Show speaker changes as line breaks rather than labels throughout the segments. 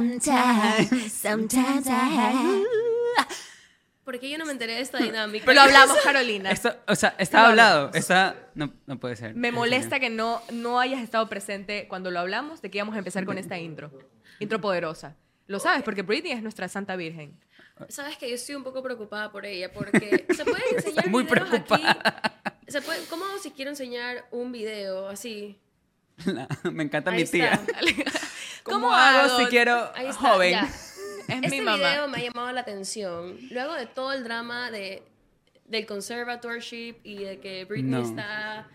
sometimes, sometimes I have.
¿Por qué yo no me enteré de esta dinámica?
Lo hablamos, Carolina.
Esto, o sea, está hablado. Está, no, no puede ser.
Me molesta que no, no hayas estado presente cuando lo hablamos de que íbamos a empezar con esta intro. Intro poderosa. Lo sabes, porque Britney es nuestra santa virgen.
Sabes que yo estoy un poco preocupada por ella porque se pueden enseñar
muy
videos
preocupada.
aquí. ¿Se puede, ¿Cómo si quiero enseñar un video así?
La- me encanta
Ahí
mi
está.
tía. ¿Cómo,
¿Cómo
hago,
hago?
si quiero
Ahí está,
joven?
ya.
Es
Este
mi mamá.
video me ha llamado la atención. Luego de todo el drama de, del conservatorship y de que Britney
No.
está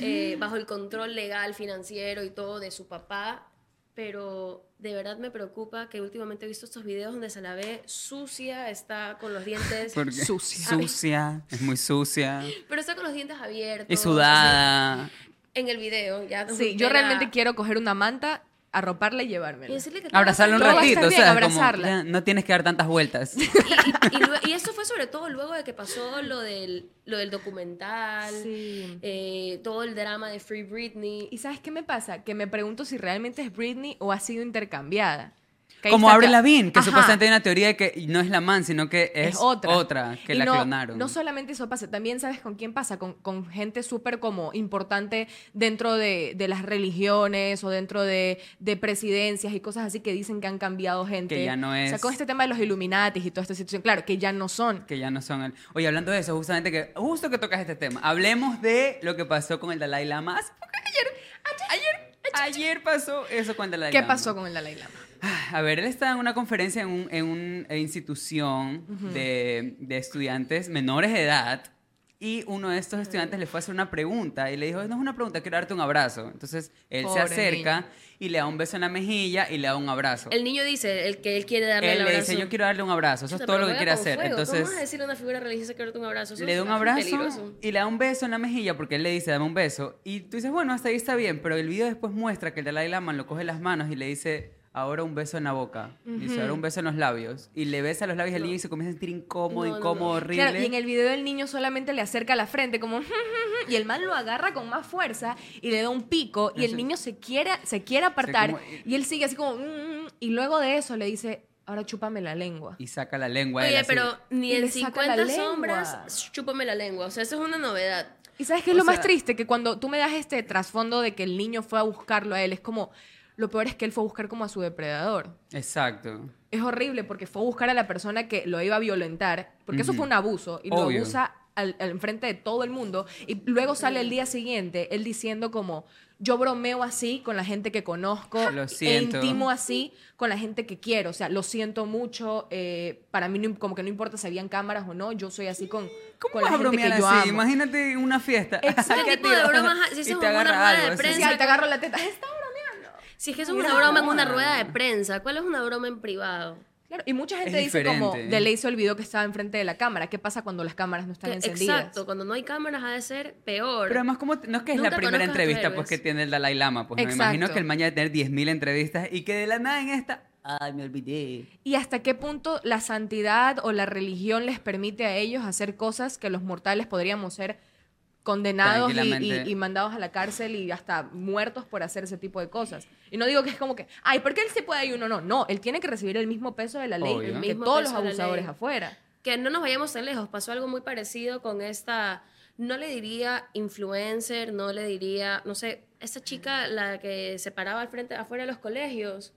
eh, bajo el control legal, financiero y todo de su papá, pero de verdad me preocupa que últimamente he visto estos videos donde se la ve sucia, está con los dientes...
Porque-
Sucia.
Sucia. Es muy sucia.
Pero está con los dientes abiertos.
Y sudada.
así, En el video, ya.
Sí, yo realmente quiero coger una manta, arroparla y llevármela.
Y decirle que todo
Abrazarla un
va a estar
ratito.
bien,
o sea, como,
abrazarla.
ya, no tienes que dar tantas vueltas.
y, y lue- y eso fue sobre todo luego de que pasó lo del, lo del documental,
Sí.
eh, todo el drama de Free Britney.
¿Y sabes qué me pasa? Que me pregunto si realmente es Britney o ha sido intercambiada. Que ahí
Como
está
abre
cla-
la Vin, que
Ajá,
supuestamente hay una teoría de que no es la man, sino que es,
es otra.
que
Y
la
no,
clonaron.
No solamente eso pasa, también sabes con quién pasa, con, con gente súper como importante dentro de, de las religiones o dentro de, de presidencias y cosas así que dicen que han cambiado gente.
Que ya no
O sea,
es-
con este tema de los Illuminatis y toda esta situación, claro, que ya no son.
que ya no son el... Oye, hablando de eso, justamente que justo que tocas este tema, hablemos de lo que pasó con el Dalai Lama. Hace poco, Ayer, ayer, ayer, pasó eso con el Dalai
¿Qué
Lama.
pasó con el Dalai Lama?
A ver, él estaba en una conferencia en, un- en una institución de, de estudiantes menores de edad y uno de estos estudiantes le fue a hacer una pregunta y le dijo, no es una pregunta, quiero darte un abrazo. Entonces él se
Pobre
acerca
niño.
y le da un beso en la mejilla y le da un abrazo.
El niño dice el que él quiere darle
él
el
le
abrazo.
dice, yo quiero darle un abrazo, eso
Puta,
es todo
pero
lo que quiere
juega con
hacer.
fuego.
Entonces...
¿Cómo vas a decirle a una figura religiosa que darte un abrazo? Eso
Le da
es
un abrazo
peligroso.
y le da un beso en la mejilla porque él le dice, dame un beso. Y tú dices, bueno, hasta ahí está bien, pero el video después muestra que el Dalai Lama lo coge las manos y le dice, ahora un beso en la boca. Dice, ahora un beso en los labios. Y le besa los labios al niño y se comienza a sentir incómodo,
No, no,
incómodo,
no.
horrible.
Claro, y en el video el niño solamente le acerca la frente como y el man lo agarra con más fuerza y le da un pico y el
Eso-
niño se quiere se quiere apartar
como-
y él sigue así como "Mm", y luego de eso le dice, "Ahora chúpame la lengua."
Y saca la lengua. él
Oye,
así.
pero ni
Y
en
le saca la
50
lengua.
sombras, chúpame la lengua. O sea, eso es una novedad.
¿Y sabes qué es
O
lo más
sea-
triste? Que cuando tú me das este trasfondo de que el niño fue a buscarlo a él, es como lo peor es que él fue a buscar como a su depredador.
Exacto.
Es horrible porque fue a buscar a la persona que lo iba a violentar, porque eso
Ujú.
fue un abuso y
Obvio.
lo abusa al, al frente de todo el mundo y luego sale el día siguiente él diciendo como yo bromeo así con la gente que conozco
Lo
e
siento.
intimo así con la gente que quiero, o sea, lo siento mucho, eh, para mí no im- como que no importa si habían cámaras o no, yo soy así con,
¿Cómo
con
vas
la
a
gente que
bromear
yo
Ah, así?
amo.
Imagínate una fiesta.
Exacto.
¿Qué
¿Qué tipo de
tiras?
bromas? Si
Y
eso
te
es una
agarra
rueda de
algo, así.
prensa.
Sí, ahí te agarro la teta. Está bromeando.
Si es que eso es
Mira,
una broma en
no.
una rueda de prensa, ¿cuál es una broma en privado?
Claro, y mucha gente
Es
dice como
diferente.
de ley se olvidó que estaba enfrente de la cámara. ¿Qué pasa cuando las cámaras no están
Que-
encendidas?
Exacto, cuando no hay cámaras ha de ser peor.
Pero además, como no es que es la
Nunca
primera
conozco a tus
entrevista pues,
héroes.
que tiene el Dalai Lama, pues me imagino
Exacto.
que el mañana debe tener 10.000 entrevistas y que de la nada en esta, ay, me olvidé.
¿Y hasta qué punto la santidad o la religión les permite a ellos hacer cosas que los mortales podríamos ser condenados y,
Tranquilamente.
y- y mandados a la cárcel y hasta muertos por hacer ese tipo de cosas? Y no digo que es como que, ay, ¿por qué él se puede y uno no? No, él tiene que recibir el mismo peso de la ley
Obvio. El
que
mismo
todos los
peso de la ley.
abusadores afuera.
que no nos vayamos tan lejos. Pasó algo muy parecido con esta, no le diría influencer, no le diría, no sé, esta chica, la que se paraba al frente, afuera de los colegios.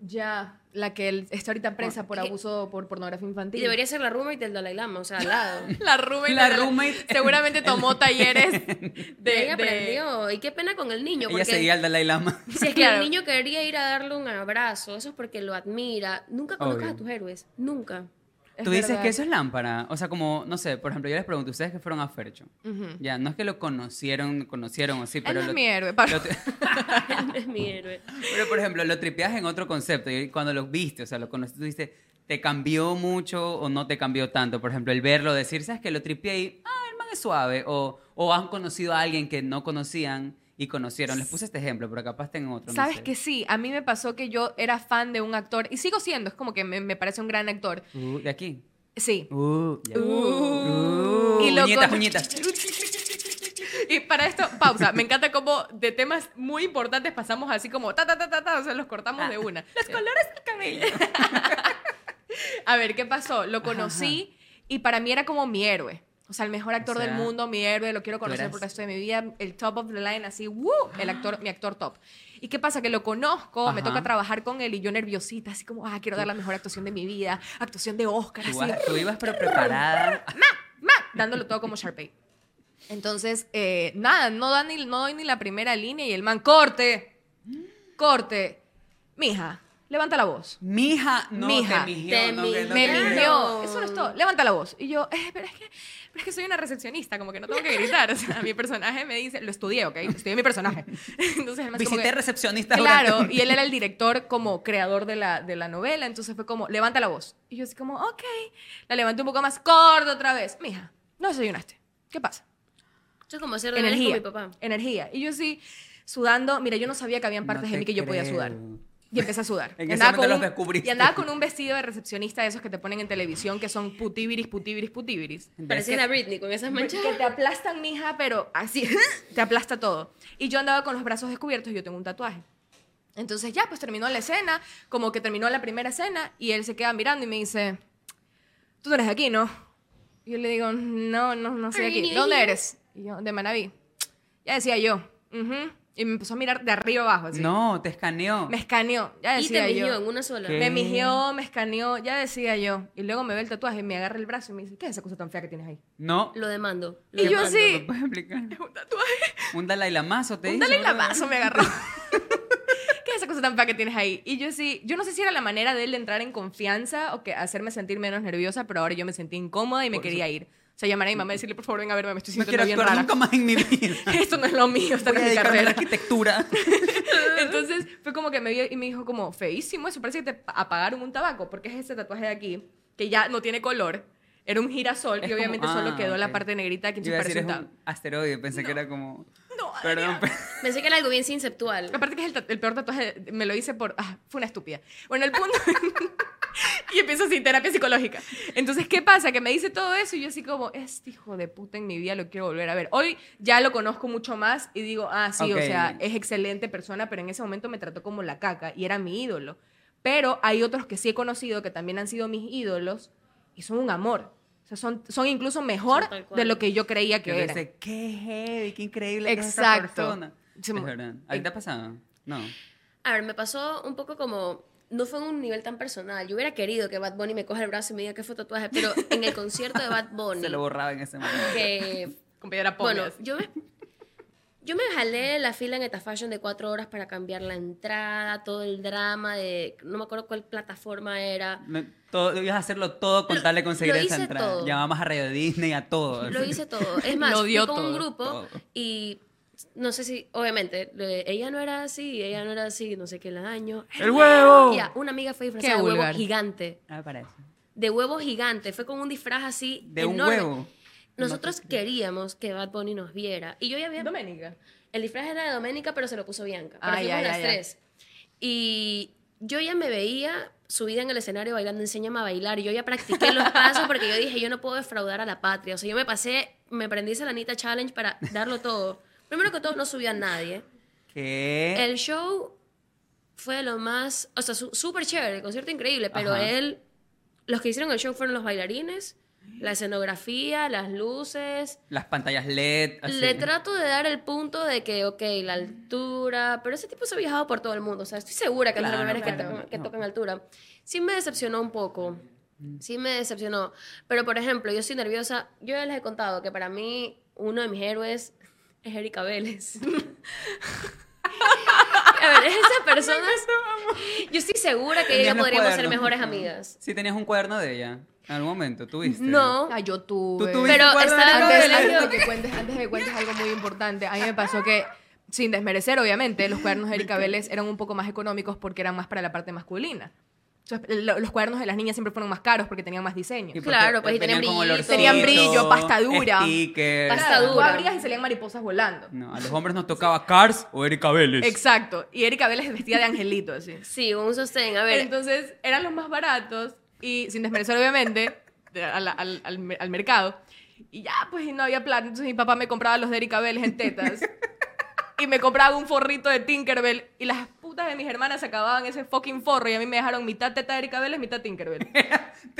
Ya, la que él está ahorita presa por
que-
abuso por pornografía infantil.
Y debería ser la roommate del Dalai Lama, o sea, al lado.
La roommate.
La
de
roommate.
Seguramente tomó talleres de...
Y ella
de-
aprendió. Y qué pena con el niño,
Ella
porque
seguía al Dalai Lama.
si es que
Claro.
el niño quería ir a darle un abrazo, eso es porque lo admira. Nunca conozcas
Obvio.
a tus héroes, nunca.
Es
Tú dices
verdad.
que eso es lámpara. O sea, como, no sé, por ejemplo, yo les pregunto, ¿ustedes que fueron a Fercho?
Ujú.
Ya, no es que lo conocieron, conocieron así,
Él
pero...
no es
lo-
mi héroe. Pablo.
lo tri-
es mi héroe.
pero, por ejemplo, lo tripeas en otro concepto. Y cuando lo viste, o sea, lo conociste, tú dices, ¿te cambió mucho o no te cambió tanto? Por ejemplo, el verlo, decir, ¿sabes que Lo tripeé y, ah, el man es suave. O, o han conocido a alguien que no conocían y conocieron. Les puse este ejemplo, pero capaz tengan otro. no
Sabes
sé.
que sí, a mí me pasó que yo era fan de un actor y sigo siendo, es como que me, me parece un gran actor.
Uh, de aquí.
Sí.
Uh, ya.
Uh.
Uh,
Y lo
uñitas,
con-
uñitas.
Y para esto, pausa. Me encanta cómo de temas muy importantes pasamos así como ta, ta, ta, ta, ta, o sea, los cortamos de una.
Ah.
Eh.
Los colores del cabello.
A ver, ¿qué pasó? Lo conocí y para mí era como mi héroe. O sea, el mejor actor
sea,
del mundo, mi héroe, lo quiero
tú
conocer
eras-
por el resto de mi vida, el top of the line, así, ¡woo! El actor, mi actor top. ¿Y qué pasa? Que lo conozco, me
Ajá.
toca trabajar con él y yo nerviosita, así como, ah, quiero dar la mejor actuación de mi vida, actuación de Oscar,
Tú,
así.
vas- tú ibas pero preparada.
¡ma! dándolo todo como Sharpay. Entonces, eh, nada, no, da ni, no doy ni la primera línea y el man, corte, corte, mija, levanta la voz.
Mija, no
Mija,
te mijió.
te
no, que no
mi-
te
Me
mijió.
Claro.
mintió, eso no es todo, levanta la voz. Y yo, eh, pero, es que, pero es que soy una recepcionista, como que no tengo que gritar. O sea, mi personaje me dice, lo estudié, ¿ok? Estudié mi personaje. Entonces, el man como
Visité
que-
recepcionista
Claro,
durante-
y él era el director como creador de la, de la novela, entonces fue como, levanta la voz. Y yo así como, ok, la levanté un poco más, corto otra vez. Mija, no desayunaste, ¿qué pasa?
Yo es como hacer deberes con
Energía,
mi papá.
energía. Y yo así, sudando, mira, yo no sabía que habían partes
No
de
te
mí que yo podía
creo.
sudar. Y empecé a sudar.
En
y,
ese momento los descubriste.
y andaba con un vestido de recepcionista de esos que te ponen en televisión que son putibiris, putibiris, putibiris.
Parecía
Es
la
que-
Britney con esas manchas.
Que te aplastan, mija, pero así, te aplasta todo. Y yo andaba con los brazos descubiertos y yo tengo un tatuaje. Entonces ya, pues terminó la escena, como que terminó la primera escena, y él se queda mirando y me dice, tú no eres de aquí, ¿no? Y yo le digo, no, no, no soy de aquí. ¿Dónde eres? Y yo, de Manaví. Ya decía yo, "Ujú". y me empezó a mirar de arriba abajo, así.
No, te escaneó.
Me escaneó, ya
Y te
decía
mijió
yo.
en una sola.
¿Qué?
Me migió, me escaneó, ya decía yo. Y luego me ve el tatuaje, me agarra el brazo y me dice, ¿qué es esa cosa tan fea que tienes ahí?
No.
Lo demando. lo
Y yo
demando.
así,
¿Lo puedes explicar?
un tatuaje.
Un Dalai Lamazo te
Un
hizo,
Dalai
¿verdad?
Lamazo me agarró. ¿Qué es esa cosa tan fea que tienes ahí? Y yo sí, yo no sé si era la manera de él de entrar en confianza o que hacerme sentir menos nerviosa, pero ahora yo me sentí incómoda y me quería ir. O sea, llamar a mi mamá y decirle, por favor, ven a verme, me estoy
No quiero
sintiendo bien
actuar
rara.
nunca más en mi vida.
Esto no es lo mío, esta
Voy
no
a
es mi
dedicarme a la
carrera.
arquitectura.
Entonces fue como que me vio y me dijo como, feísimo eso, parece que te apagaron un tabaco, porque es ese tatuaje de aquí, que ya no tiene color, era un girasol
Es
y
como-
obviamente solo
ah,
quedó la
ok.
parte negrita que
Iba a decir,
parece
es
un tabaco.
un asteroide. Pensé que era como...
No,
Perdón, pero-
Pensé que era algo bien conceptual.
Aparte que es el, ta- el peor tatuaje, me lo hice por... Ah, fue una estúpida. Bueno, el punto... y empiezo así, terapia psicológica. Entonces, ¿qué pasa? Que me dice todo eso y yo así como, este hijo de puta en mi vida lo quiero volver a ver. Hoy ya lo conozco mucho más y digo, ah, sí,
Ok.
o sea, es excelente persona, pero en ese momento me trató como la caca y era mi ídolo. Pero hay otros que sí he conocido que también han sido mis ídolos y son un amor. O sea, son, son incluso mejor
tal cual.
de lo que yo creía que
Que
eran.
dice, qué heavy, qué increíble que es
Exacto. eh,
esta persona.
Se
es
mu-
verdad. ¿A ti te ha pasado? No.
A ver, me pasó un poco como. No fue en un nivel tan personal. Yo hubiera querido que Bad Bunny me coja el brazo y me diga qué fue tatuaje, pero en el concierto de Bad Bunny.
Se lo borraba en ese momento.
que,
Con piedra
bueno,
pómez.
yo me, yo me jalé la fila en Eta Fashion de cuatro horas para cambiar la entrada, todo el drama de. No me acuerdo cuál plataforma era.
No, todo, ibas a hacerlo todo con tal de conseguir
lo
esa
hice
entrada.
todo.
Llamamos a Radio Disney, a todo.
Lo hice todo. Es más,
Lo
fui
dio
con un
todo.
grupo
Todo.
y no sé si, obviamente, eh, ella no era así, ella no era así, no sé qué la daño.
¡El huevo!
Ya, una amiga fue disfrazada
Qué
de huevo
vulgar.
gigante.
Ah, para eso.
De huevo gigante. Fue con un disfraz así.
De un
enorme.
huevo.
Nosotros queríamos que Bad Bunny nos viera. Y yo ya había.
Doménica.
El disfraz era de Doménica, pero se lo puso Bianca. Pero
Ah,
fuimos
ya, ya,
las
ya.
tres. Y yo ya me veía subida en el escenario bailando, enséñame a bailar. Y yo ya practiqué los pasos porque yo dije, yo no puedo defraudar a la patria. O sea, yo me pasé, me prendí esa lanita challenge para darlo todo. Primero que todo, no subía a nadie.
¿Qué?
Eh.
El show fue lo más, o sea, su- súper chévere, el concierto increíble, pero
Ajá.
él, los que hicieron el show fueron los bailarines, la escenografía, las luces.
Las pantallas LED. así.
Le trato de dar el punto de que, ok, la altura, pero ese tipo se ha viajado por todo el mundo, o sea, estoy segura que no
Claro,
es la primera
claro,
vez que, to- que
no. Mm.
tocan altura. Sí me decepcionó un poco, sí me decepcionó, pero por ejemplo, yo soy nerviosa, yo ya les he contado que para mí uno de mis héroes es Erika Vélez. A ver, esas personas, yo estoy segura que
Tenías
ella
los
podríamos ser
cuadernos.
mejores amigas.
Sí, tenías un cuaderno de ella. En algún momento, tuviste.
No,
Ah, yo tuve.
Tú tuviste
Pero
un cuaderno
estaba-
de
antes,
Erika
Pero-
antes
Vélez.
de que cuentes, antes de que cuentes algo muy importante, a mí me pasó que, sin desmerecer obviamente, los cuadernos de Erika Vélez eran un poco más económicos porque eran más para la parte masculina. Entonces, lo- los cuadernos de las niñas siempre fueron más caros porque tenían más
Y
diseño.
porque
Claro, pues, y tenían
como
brillo.
olorcito,
Tenían
brillo, pasta dura.
stickers.
Pasta
Claro, Tú
dura.
abrías y salían mariposas volando.
No, a los hombres nos tocaba Cars o Erika Vélez.
Exacto. Y Erika Vélez vestía de angelito, así.
sí, un sostén, a ver.
Entonces eran los más baratos y sin desmerecer obviamente de- al, al- al- al mercado. Y ya, pues y no había plan. Entonces mi papá me compraba los de Erika Bell en tetas. y me compraba un forrito de Tinkerbell. Y las putas de mis hermanas se acababan ese fucking forro. Y a mí me dejaron mitad teta de Erika Bell y mitad Tinkerbell.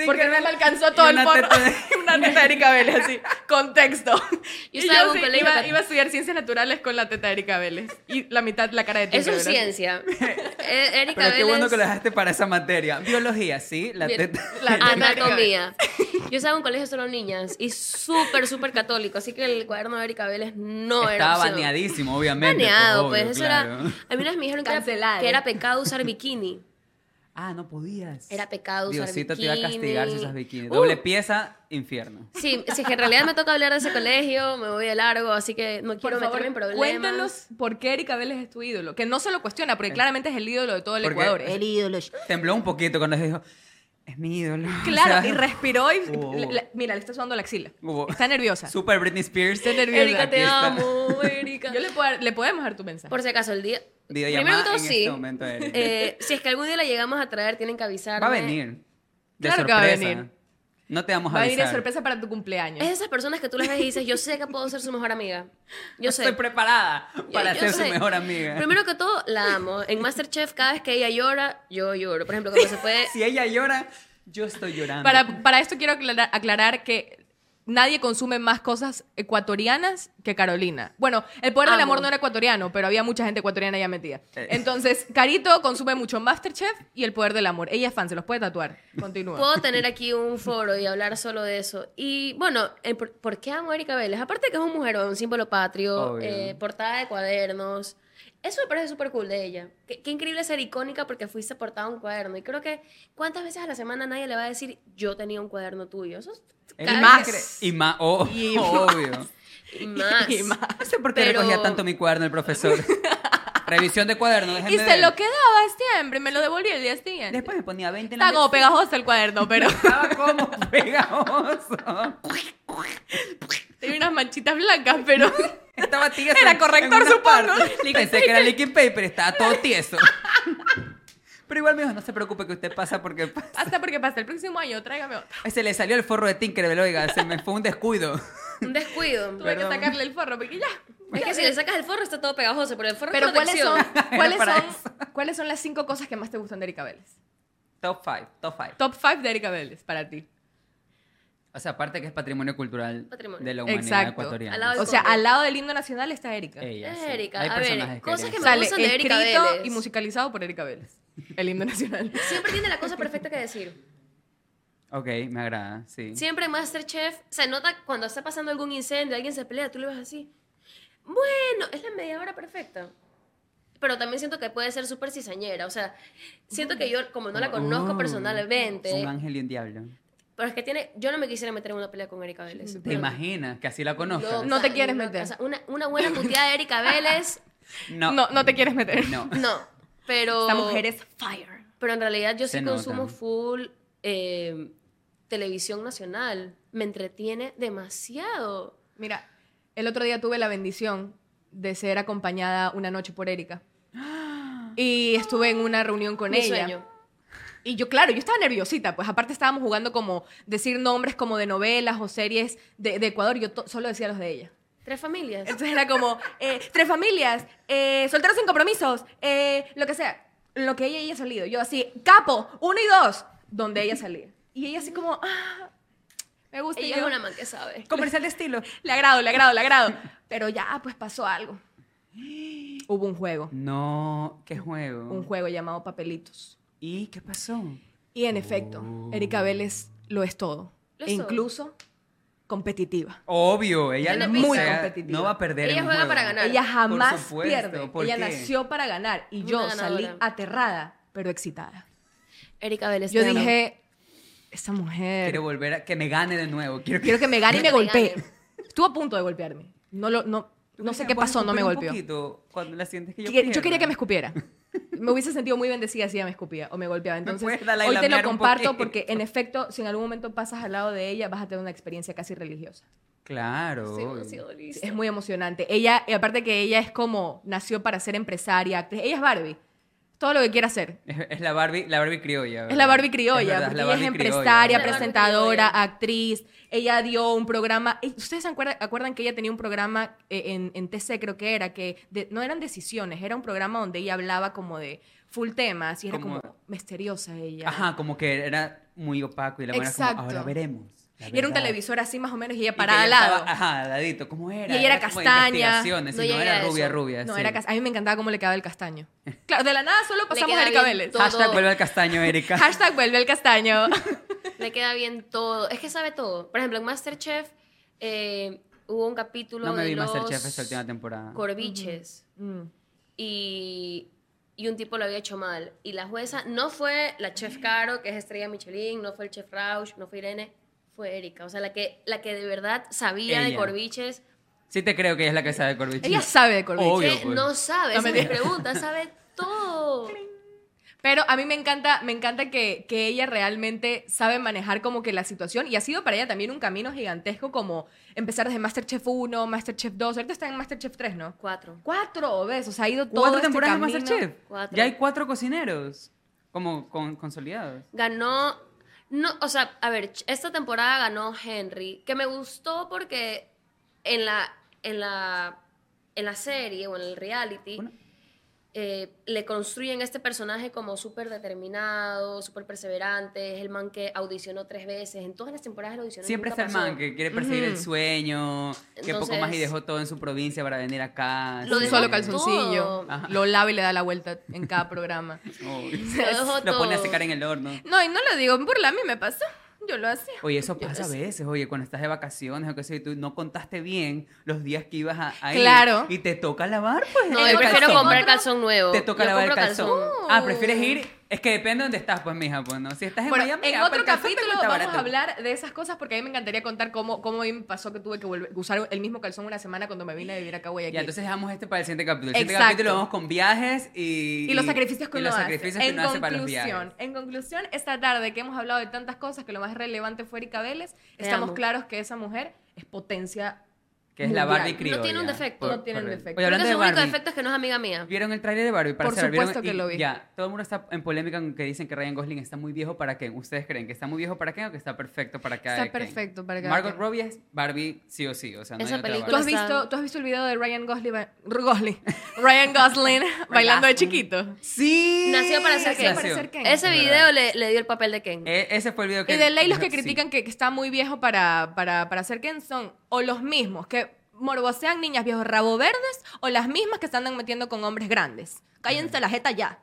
Porque no me alcanzó todo el forro. una teta de Erika Vélez, así, contexto.
Yo
Y
estaba en
yo
un
sí,
colegio
iba,
cat-
iba a estudiar ciencias naturales con la teta de Erika Vélez. Y la mitad la cara de
Eso es
Tinkerbell. así.
ciencia. E- Erika
Pero qué bueno
Vélez-
que lo dejaste para esa materia. Biología, sí, la
Bien. ah,
teta.
La teta de Erika
Anatomía. Yo estaba en un colegio solo niñas y súper, súper católico, así que el cuaderno de Erika Vélez no era.
Estaba
opción.
baneadísimo, obviamente.
Baneado,
obvio,
pues. Eso era.
claro.
A mí unas me dijeron que era,
Cancelado.
que era pecado usar bikini.
Ah, no podías.
Era pecado usar
Diosito te iba a castigar si
bikini.
usas bikini.
Uh.
Doble pieza, infierno.
Sí, si es que en realidad me toca hablar de ese colegio, me voy de largo, así que no quiero
Por
meterme en
favor,
problemas.
cuéntanos por qué Erika Vélez es tu ídolo. Que no se lo cuestiona,
Eh.
porque claramente es el ídolo de todo el
Porque-
Ecuador.
El ídolo.
Tembló un poquito cuando dijo, es mi ídolo. O
Claro,
sea,
y respiró y...
Hubo-
la- la- mira, le está sudando la axila.
Hubo-
Está nerviosa.
Super Britney Spears.
Está nerviosa.
Erika, te
Aquí está.
amo, Erika.
Yo le, puedo, dar- le podemos dar tu mensaje.
Por si acaso, el día.
Videollamada
Primero que todo,
en
sí.
este momento, Erika.
Eh, si es que algún día la llegamos a traer, tienen que avisarme.
Va a venir. De
Claro que va a
sorpresa.
venir.
No te vamos a
Va a venir
avisar.
de sorpresa para tu cumpleaños.
Es de esas personas que tú las ves y dices, yo sé que puedo ser su mejor amiga. Yo sé.
Estoy preparada
Yo-
para
yo
ser su
sé.
mejor amiga.
Primero que todo, la amo. En Masterchef, cada vez que ella llora, yo lloro. Por ejemplo, cuando se fue...
Si ella llora, yo estoy llorando.
Para, para esto quiero aclarar, aclarar que nadie consume más cosas ecuatorianas que Carolina. Bueno, el poder del
Amo.
amor no era ecuatoriano, pero había mucha gente ecuatoriana ya metida.
Eh.
Entonces, Carito consume mucho Masterchef y el poder del amor. Ella es fan, se los puede tatuar. Continúa.
Puedo tener aquí un foro y hablar solo de eso. Y bueno, eh, ¿por, por qué amo a Erika Vélez? Aparte de que es un mujerón, símbolo patrio,
Obvio.
eh, portada de cuadernos. Eso me parece súper cool de ella. Qué, qué increíble ser icónica porque fuiste portada a un cuaderno. Y creo que cuántas veces a la semana nadie le va a decir, yo tenía un cuaderno tuyo. Eso es
Es
cada
más.
vez
incre- Y más. oh,
Y más.
obvio.
que- y más.
Y más.
No sé por qué
Pero-
recogía tanto mi cuaderno el profesor. Revisión de cuaderno, déjenme
Y
ver.
se lo quedaba siempre, me lo devolvía el día siguiente.
Después me ponía 20 en la
Está como
mesa.
pegajoso el cuaderno, pero
Estaba como pegajoso.
tiene unas manchitas blancas, pero...
Estaba tieso.
Era
en-
corrector,
en una
supongo.
parte. Pensé que era liquid paper, estaba todo tieso. Pero igual me dijo, no se preocupe que usted pasa porque pa-
Hasta porque pasa el próximo año, tráigame otro.
se le salió el forro de Tinkerbell, oiga, se me fue un descuido.
Un descuido.
Tuve
Perdón.
que sacarle el forro, porque ya...
Es que si le sacas el forro está todo pegajoso, pero el forro
Pero
es
¿cuáles
protección.
son, ¿cuáles,
para
son, ¿cuáles son las cinco cosas que más te gustan de Erika Vélez?
Top 5, top 5.
Top 5 de Erika Vélez para ti.
O sea, aparte que es patrimonio cultural
Patrimonio.
de la humanidad
Exacto.
ecuatoriana.
Al lado del
O sea,
Congo.
al lado del himno nacional está Erika.
Ella, sí.
Erika,
Hay
a ver,
personajes que
cosas
harían
que me
eso.
Sale
gustan de
escrito
Erika Vélez.
y musicalizado por Erika Vélez. El himno nacional.
Siempre tiene la cosa perfecta que decir.
Ok, me agrada, sí.
Siempre en Masterchef se nota cuando está pasando algún incendio, alguien se pelea, tú le vas así. Bueno, es la media hora perfecta. Pero también siento que puede ser súper cizañera. O sea, siento que yo, como no la conozco
Oh, Un
personalmente,
ángel y un diablo.
pero es que tiene. Yo no me quisiera meter en una pelea con Erika Vélez.
¿Te imaginas que así la conozcas?
Loca,
No te quieres
loca.
meter.
O sea, una, una buena puteada de Erika Vélez,
No.
No. no, te quieres meter.
no.
no. Pero.
Esta mujer es fire.
Pero en realidad yo
Se
sí
nota.
consumo full eh, televisión nacional. Me entretiene demasiado.
Mira, el otro día tuve la bendición de ser acompañada una noche por Erika. Y estuve en una reunión con
Mi
ella.
sueño.
Y yo, claro, yo estaba nerviosita, pues aparte estábamos jugando como decir nombres como de novelas o series de, de Ecuador, yo to- solo decía los de ella.
Tres familias.
Entonces era como, eh, tres familias, eh, solteros sin compromisos, eh, lo que sea, lo que ella haya salido. Yo así, capo, uno y dos, donde ella salía. Y ella así como, ah, me gusta. y
Ella
yo,
es una man que sabe.
Comercial de estilo.
Le agrado, le agrado, le agrado. Pero ya, pues pasó algo. Hubo un juego,
No, qué juego.
un juego llamado Papelitos.
¿Y qué pasó?
Y en efecto, Erika Vélez lo es todo.
Lo
e
es todo.
incluso competitiva.
Obvio, ella
Ella
lo-
es muy
o sea,
competitiva.
No va a perder. en
Ella
un
juega
juego.
para ganar.
Ella jamás
supuesto,
pierde.
¿por
Ella
qué?
nació para ganar y
Una
yo
ganadora.
salí aterrada, pero excitada.
Erika Vélez.
Yo
te amo.
dije, esa mujer,
Quiero volver a que me gane de nuevo. Quiero que
quiero que me gane y me
Quiero que me
golpee. Estuvo a punto de golpearme. No lo no no sé
Mira,
qué
puedes
pasó, no me
escupir un
golpeó.
poquito cuando la sientes que yo,
Que- Yo quería
pierda.
que me escupiera. Me hubiese sentido muy bendecida si ella me escupía o me golpeaba. Entonces,
puedes Dalai
hoy te lo
Lamear un
comparto
poquito.
porque, en efecto, si en algún momento pasas al lado de ella, vas a tener una experiencia casi religiosa.
Claro.
Sí,
obvio.
sí, listo.
Es muy emocionante. Ella, y aparte que ella es como, nació para ser empresaria, actriz. Ella es Barbie. todo lo que quiera hacer.
Es, es la Barbie, la Barbie criolla.
Es
¿verdad?
la Barbie criolla,
Es verdad,
porque
la
ella
Barbie
es
criolla.
empresaria,
La Barbie
presentadora,
criolla.
actriz. Ella dio un programa. eh, ¿Ustedes se acuerdan, acuerdan que ella tenía un programa eh, en, en TC, creo que era, que de- no eran decisiones, era un programa donde ella hablaba como de full temas y era como,
Como-
misteriosa ella.
Ajá, como que era muy opaco y la buena
Exacto.
como, ahora veremos. la
Y era un
verdad".
televisor así más o menos y ella
Y que
parada
ella
al lado.
estaba- Ajá, al ladito, ¿cómo era?
Y ella era
como
castaña.
investigaciones,
No
y no
llegué a
era
eso.
rubia, rubia.
No,
ah, sí.
era cas- a mí me encantaba cómo le quedaba el castaño. Claro, de la nada solo pasamos a
queda
Erika
bien
Vélez.
todo.
Hashtag vuelve al castaño, Erika.
Hashtag vuelve el castaño.
Le queda bien todo. Es que sabe todo. Por ejemplo, en Masterchef eh, hubo un capítulo
No me
de
vi
los
Masterchef esta última temporada.
Corviches.
Mm.
y, y un tipo lo había hecho mal. Y la jueza no fue la chef Caro, que es estrella Michelin, no fue el chef Rausch, no fue Irene, fue Erika. O sea, la que, la que de verdad sabía de
Ella.
corviches.
Sí te creo que ella es la que sabe de corviche.
Ella sabe de Corviche.
Obvio,
que
pues.
no sabe,
No,
esa es mi
mentira.
pregunta, sabe todo.
Pero a mí me encanta, me encanta que, que ella realmente sabe manejar como que la situación y ha sido para ella también un camino gigantesco como empezar desde Masterchef 1, Masterchef 2, ahorita está en Masterchef 3, ¿no?
Cuatro.
Cuatro, ¿ves? O sea, ha ido todo
¿Cuatro
este
temporadas de
camino.
Masterchef?
Cuatro.
Ya hay cuatro cocineros. Como con- consolidados.
Ganó. No, o sea, a ver, ch- esta temporada ganó Henry, que me gustó porque en la, en la, en la serie o en el reality
Bueno.
eh, le construyen este personaje como súper determinado, súper perseverante, es el man que audicionó tres veces, en todas las temporadas lo audicionó. y
Siempre
nunca
está el man
pasó.
que quiere perseguir el
Ujú.
sueño, que poco más y
Entonces-
dejó todo en su provincia para venir acá.
Lo
Un
sí.
dejó
solo
calzón.
calzoncillo,
todo.
lo lava y le da la vuelta en cada programa.
Oh.
dejó
Lo pone a
todo.
secar en el horno.
No, y no lo digo en burla, a mí me pasó, yo lo hacía.
Oye, eso pasa a veces, oye, cuando estás de vacaciones o qué sé, yo, y tú no contaste bien los días que ibas a, a ir
Claro.
y te toca lavar, pues.
No,
el
yo prefiero
calzón.
comprar calzón nuevo.
Te toca
Yo
lavar el
compro
calzón. Ah, prefieres ir. Es que depende de dónde estás, pues, mija, pues, ¿no? Si estás en
Bueno,
Miami,
en
ah, pues,
otro
el calzón
capítulo
está
vamos
barato.
a hablar de esas cosas porque a mí me encantaría contar cómo, cómo a mí me pasó que tuve que volver, usar el mismo calzón una semana cuando me vine a vivir acá a Guayaquil.
Ya, entonces dejamos este para el siguiente capítulo. El siguiente
Exacto.
capítulo vamos con viajes y.
y los sacrificios que
y
uno
los
hace.
sacrificios que
en
uno hace para los
conclusión,
viajes.
en conclusión, esta tarde que hemos hablado de tantas cosas que lo más relevante fue Erika Vélez, estamos
amo.
claros que esa mujer es potencia.
Que es la
mundial.
Barbie criolla.
No tiene un defecto.
Por-
No tiene un
correcto.
defecto.
Oye,
Creo
hablando
que
de
su único
Barbie.
defecto es que no es amiga mía.
¿Vieron el tráiler de Barbie? Para
Por
cerrar, ¿vieron?
supuesto que
Y
lo vi.
Ya, todo el mundo está en polémica con que dicen que Ryan Gosling está muy viejo para Ken. ¿Ustedes creen que está muy viejo para Ken o que está perfecto para cada
Está
Ken?
perfecto para cada
Margot
Ken.
Robbie es Barbie sí o sí. O sea, no
Esa
hay otra
película
¿Tú has,
Pero
visto,
están-
¿Tú has visto el video de Ryan Gosling, Gosling Ryan Gosling bailando de chiquito?
¡Sí!
Nació para ser Ken.
Nació.
Para ser Ken.
Ese
Es
video
verdad.
le, le dio el papel de Ken.
E- ese fue el video que...
Y de ley los que
Sí.
critican que, que está muy viejo para, para, para ser Ken son o los mismos que morbosean niñas viejos rabo verdes o las mismas que se andan metiendo con hombres grandes. Cállense la jeta ya.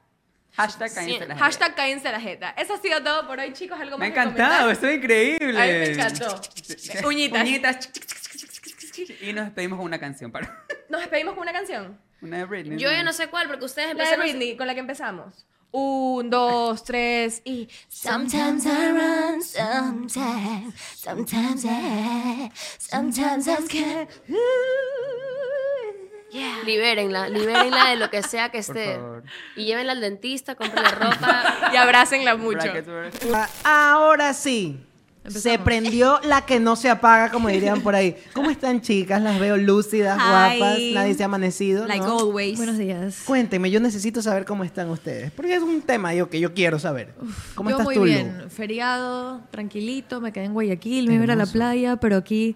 Hashtag cállense
Sí.
la jeta.
Hashtag cállense la jeta. Eso ha sido todo por hoy, chicos. Algo
Me ha
más que
encantado,
comentar?
estoy increíble.
A mí me encantó. Uñitas.
Uñitas. Y nos despedimos con una canción para...
Nos despedimos con una canción.
Una de Britney.
Yo ya no sé cuál, porque ustedes
La de
empezaron.
Britney, con la que empezamos. Un, dos, tres y...
Sometimes I run, sometimes, sometimes I, sometimes I'm scared. Yeah.
Libérenla, libérenla de lo que sea que esté.
favor.
Y llévenla al dentista, cómprenle ropa.
Y abrácenla mucho.
Brackets.
Ahora sí. Se prendió la que no se apaga, como dirían por ahí. ¿Cómo están, chicas? Las veo lúcidas,
Hi.
guapas. Nadie se ha amanecido.
Like
¿no?
always.
Buenos días.
Cuénteme, yo necesito saber cómo están ustedes. Porque es un tema yo, que yo quiero saber. ¿Cómo
Yo
estás
muy
tú, Lu?
bien. Feriado, tranquilito, me quedé en Guayaquil, me iba a ir a la playa, pero aquí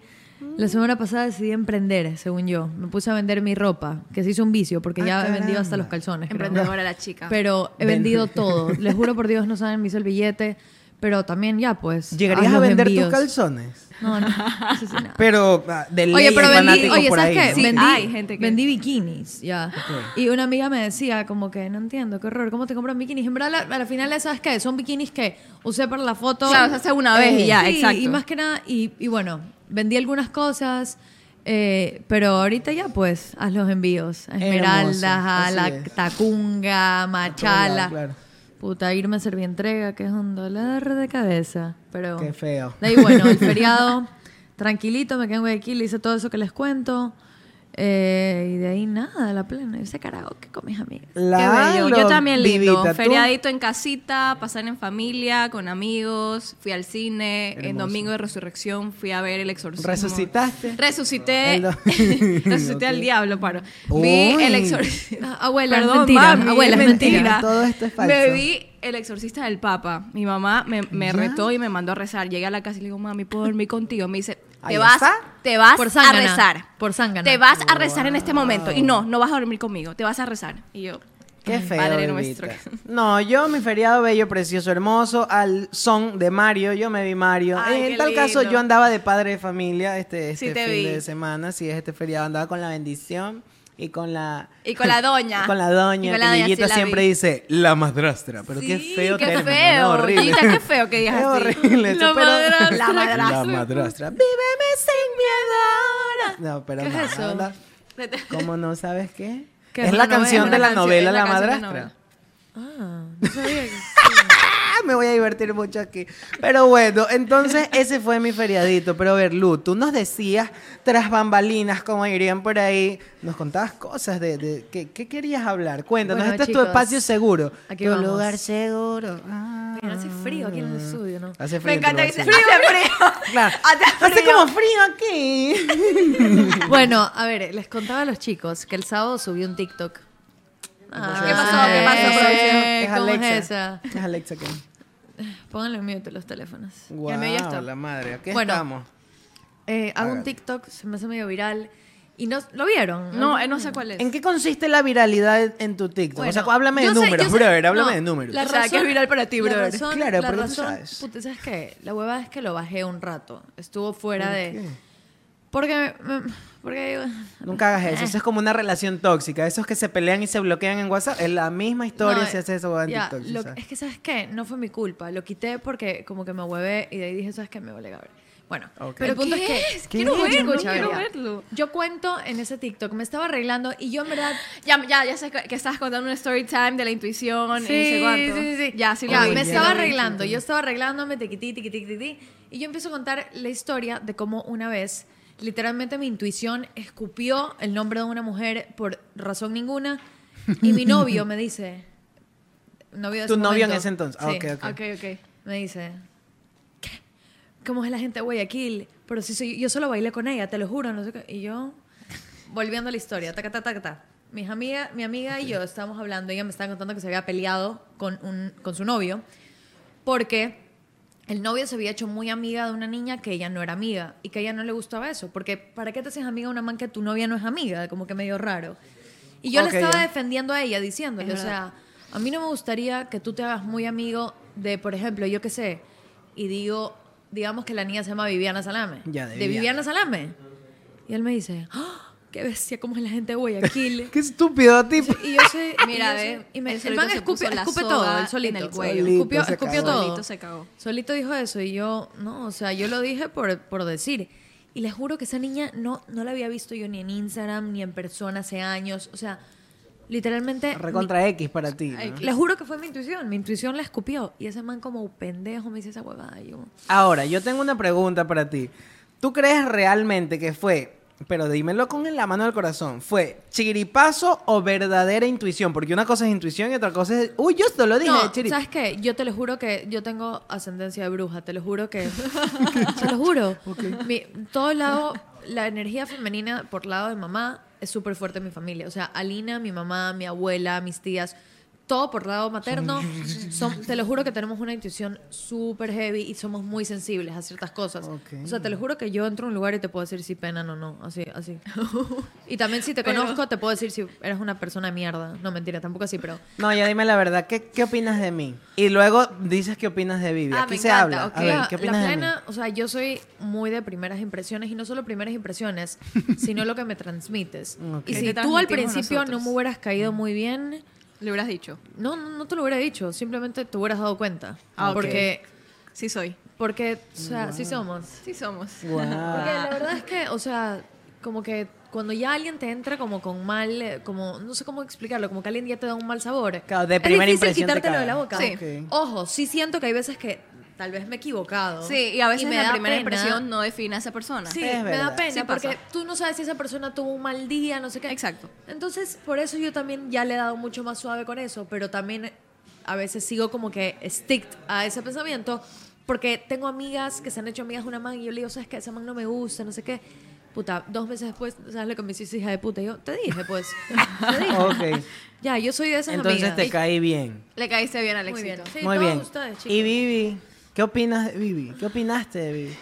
la semana pasada decidí emprender, según yo. Me puse a vender mi ropa, que se hizo un vicio, porque
Ah,
ya he vendido hasta
caramba.
los calzones. creo.
Emprendedora la chica.
Pero he
Ven.
vendido todo. Les juro por Dios, no saben, me hizo el billete. Pero también ya, pues.
¿Llegarías
haz
a
los
vender
envíos.
tus calzones?
No, no. eso sí, nada.
Pero ah, de ley
Oye, pero
hay
vendí,
fanáticos
oye,
por
¿sabes
ahí,
qué?
¿no?
Vendí,
hay gente que-
vendí bikinis, ya. Y una amiga me decía, como que, no entiendo, qué horror, ¿cómo te compran bikinis? En verdad, la- a la final, ¿sabes qué? Son bikinis que usé para la foto. Eh,
Claro, se hace una vez y ya,
sí,
exacto.
y más que nada, y, y bueno, vendí algunas cosas, eh, pero ahorita ya, pues, haz los envíos. A Esmeraldas,
Hermoso,
a
así
la
es.
Tacunga, Machala.
lado, claro.
Puta, irme a Servientrega, que es un dolor de cabeza, pero...
Qué feo.
De ahí, bueno, el feriado, tranquilito, me quedé en Guayaquil, hice todo eso que les cuento. Eh, y de ahí nada, la plena. Ese karaoke con mis amigas.
Claro,
Qué bello. Yo también lindo.
vivita, ¿tú?
Feriadito en casita, pasar en familia, con amigos. Fui al cine. En
Hermoso.
Domingo de Resurrección fui a ver El Exorcismo.
¿Resucitaste?
Resucité.
El do-
resucité
Ok.
al diablo, paro.
Uy.
Vi El Ah, Exorcista.
abuela, es mentira, abuela, es mentira.
Todo esto es falso.
Me vi El Exorcista del Papa. Mi mamá me, me
¿Ya?
retó y me mandó a rezar. Llegué a la casa y le digo, mami, ¿puedo dormir contigo? Me dice,
Ahí
te vas,
está.
te vas
Por
a
zángana,
rezar.
por zángana.
Te vas a rezar en este momento. Y no, no vas a dormir conmigo. Te vas a rezar. Y yo,
Qué
ay,
feo.
Padre
Vivita.
nuestro.
No, yo mi feriado bello, precioso, hermoso, al son de Mario, yo me vi Mario.
Ay,
en
qué
tal caso
lindo.
yo andaba de padre de familia este, este
Sí te
fin
vi.
de semana, si es este feriado, andaba con la bendición y con la...
Y con la doña.
con la
Y
doña,
con la
que
doña,
Lillita
sí la
siempre
vi.
dice, la madrastra, pero qué
Sí,
feo
qué
término,
feo.
¿no? horrible.
Lillita, qué feo que digas
Es
así.
horrible. eso,
La
pero-
madrastra. La
La
madrastra.
madrastra. Víveme sin miedo ahora. No, pero
¿Qué es
no,
eso?
anda. ¿Cómo no sabes qué?
¿Qué
es
es
la
una
canción
novela?
de la
Es una
novela
canción- es la
La
canción de
Madrastra.
novela.
Ah, no sabía que-
Ah, me voy a divertir mucho aquí. Pero bueno, entonces ese fue mi feriadito. Pero Berlu, tú nos decías tras bambalinas, como dirían por ahí, nos contabas cosas de, de- ¿qué, qué querías hablar. Cuéntanos,
Bueno,
este es tu
chicos,
espacio seguro.
aquí
tu
vamos.
lugar seguro. Ah.
Mira, hace frío aquí en el estudio, ¿no?
Hace frío.
Me
en tu
encanta que
lugar
dice, hace
seguro.
frío.
Claro.
Hace
Hace
frío.
como frío aquí.
Bueno, a ver, les contaba a los chicos que el sábado subí un TikTok. Ah,
¿Qué pasó? ¿Qué pasó, producción?
Eh, ¿Cómo es
Alexa.
esa?
Es Alexa que.
Pónganle en mute los teléfonos.
Wow,
el mío ya está.
la madre. ¿a ¿Qué
Bueno.
estamos?
Eh, hago un
Hágale.
TikTok, se me hace medio viral. Y no, ¿Lo vieron?
No, eh, no sé cuál es.
¿En qué consiste la viralidad en tu TikTok? o sea,
Bueno,
háblame de
yo sé-
números,
yo sé-
brother, háblame
no,
de números.
la
O sea,
razón-
que es viral para ti,
la
brother.
razón-
Claro,
la
pero tú
razón-
sabes.
puta, ¿sabes qué? La huevada es que lo bajé un rato. Estuvo fuera de... Porque... me- Porque...
Nunca hagas eso. Eso es como una relación tóxica. Esos que se pelean y se bloquean en WhatsApp. Es la misma historia
No,
si haces eso en
eh, ya,
TikTok.
lo-
¿sabes?
es que, ¿sabes qué? No fue mi culpa. Lo quité porque como que me huevé y de ahí dije, ¿sabes qué? Me vale Gabriel. Bueno,
Ok.
pero el punto es que...
¿Qué Quiero
Escucha,
verlo,
escucha,
quiero
ya.
verlo.
Yo cuento en ese TikTok, me estaba arreglando y yo en verdad...
Ya, ya, ya sé que que estabas contando una story time de la intuición y no sé cuánto. Ya, sí lo
Ya,
vi.
me
Sí,
estaba
lo vi.
arreglando, yo estaba arreglándome, tiquití, tiquití, tiquití, y yo empiezo a contar la historia de cómo una vez, literalmente mi intuición escupió el nombre de una mujer por razón ninguna, y mi novio me dice, novio de
Tu
ese
novio en
momento,
ese entonces. Ah,
sí,
ok, ok.
Ok, ok.
me dice, ¿qué? ¿Cómo es la gente de Guayaquil? Pero si soy, yo solo bailé con ella, te lo juro, no sé qué. Y yo, volviendo a la historia, taca, taca, taca, taca. Mis amiga, mi amiga y yo estábamos hablando, ella me estaba contando que se había peleado con, un, con su novio porque el novio se había hecho muy amiga de una niña que ella no era amiga y que a ella no le gustaba eso. Porque, ¿para qué te haces amiga de una man que tu novia no es amiga? Como que medio raro. Y yo
Ok,
le estaba
ya.
defendiendo a ella, diciéndole, o sea, a mí no me gustaría que tú te hagas muy amigo de, por ejemplo, yo qué sé, y digo, digamos que la niña se llama Viviana Salame.
Ya, de
de
Viviana.
Viviana Salame. Y él me dice, ¡Ah! ¡Qué bestia! ¿Cómo es la gente de Guayaquil?
Qué estúpido tipo.
Y yo sé,
Mira,
y yo sé-
ve,
y me,
él
el,
solito
man
se
escupe,
puso la
escupe
soda
todo, él solito,
en el cuello.
Solito
escupió,
se
escupió
cagó.
todo.
Solito se cagó.
Solito dijo eso y yo, no, o sea, yo lo dije por, por decir. Y les juro que esa niña no, no la había visto yo ni en Instagram, ni en persona hace años. O sea, literalmente...
Recontra X para ti. ¿no?
mi- les juro que fue mi intuición. Mi intuición la escupió. Y ese man como pendejo me dice esa huevada. y yo,
Ahora, yo tengo una pregunta para ti. ¿Tú crees realmente que fue, pero dímelo con la mano del corazón, fue chiripazo o verdadera intuición? Porque una cosa es intuición y otra cosa es. Uy, yo te lo dije,
No,
chiri-
¿sabes qué? Yo te lo juro que yo tengo ascendencia de bruja, te lo juro que... te lo juro. Mi- todo lado, la energía femenina por lado de mamá es súper fuerte en mi familia. O sea, Alina, mi mamá, mi abuela, mis tías, todo por lado materno. son- te lo juro que tenemos una intuición súper heavy y somos muy sensibles a ciertas cosas.
Ok.
O sea, te lo juro que yo entro a un lugar y te puedo decir si penan o no, así, así. y también si te conozco, te puedo decir si eres una persona de mierda. No, mentira, tampoco así, pero...
No, ya dime la verdad. ¿Qué, qué opinas de mí? Y luego dices qué opinas de Vivi.
Ah,
Aquí
me
se
encanta,
habla.
ok.
A ver,
La-
¿qué opinas
la
de mí?
plena, o sea, yo soy muy de primeras impresiones y no solo primeras impresiones, sino lo que me transmites.
Ok. Mm.
Y
¿Qué
si
te
tú al
transmitimos
principio no
nosotros?
me hubieras caído muy bien,
Le hubieras dicho.
no, no, no te lo hubiera dicho, simplemente te hubieras dado cuenta.
Ah, ok.
Porque,
Sí soy.
porque, o sea, sí somos.
Sí somos.
Guau.
Porque la verdad es que, o sea, como que cuando ya alguien te entra como con mal, eh, como, no sé cómo explicarlo, como que alguien ya te da un mal sabor.
Claro, de primera
es difícil
impresión te
quitártelo de la
caga.
boca.
Sí. Ok.
Ojo, sí siento que hay veces que tal vez me he equivocado.
Sí, y a veces
me
la
da
primera
pena.
impresión no define a esa persona.
Sí,
Es
me
verdad.
da pena
Sí pasa.
porque tú no sabes si esa persona tuvo un mal día, no sé qué.
Exacto.
Entonces, por eso yo también ya le he dado mucho más suave con eso, pero también a veces sigo como que stick a ese pensamiento porque tengo amigas que se han hecho amigas de una man y yo le digo, sabes que esa man no me gusta, no sé qué. Puta, dos meses después, ¿sabes lo que me hiciste, hija de puta? Y yo, te dije, pues. Te dije.
Ok.
Ya, yo soy de esas
Entonces
amigas.
te caí bien.
Le caíste bien, Alexito.
Muy bien. Sí,
Muy
todos
bien.
ustedes, chicos.
y Vivi, ¿qué opinas de Vivi? ¿Qué opinaste de Vivi?